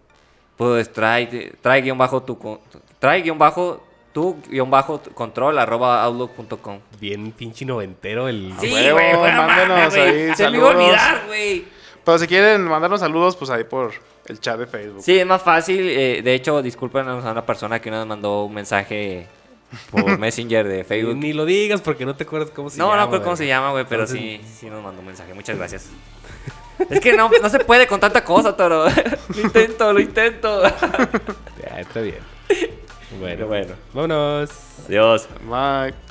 C: Pues trae, trae guión bajo tu... con- Trae guión bajo Tú, guión bajo, control, arroba outlook.com.
A: Bien pinche noventero
C: Ah,
A: el...
B: Sí, huevo, mándenos ahí
C: Se me iba a
B: saludos.
C: olvidar, güey.
B: Pero si quieren mandarnos saludos, pues ahí por el chat de Facebook.
C: Sí, es más fácil. eh, de hecho, disculpen a una persona que nos mandó un mensaje por Messenger de Facebook.
A: Ni lo digas porque no te acuerdas cómo se
C: no,
A: llama.
C: no acuerdo cómo
A: güey.
C: se llama, güey, pero
A: Entonces-
C: sí, sí nos mandó un mensaje. Muchas gracias. es que no, no se puede con tanta cosa, toro. lo intento, lo intento.
A: Ah, está bien. Bueno.
C: Pero bueno.
A: Vámonos.
C: Adiós.
B: Bye.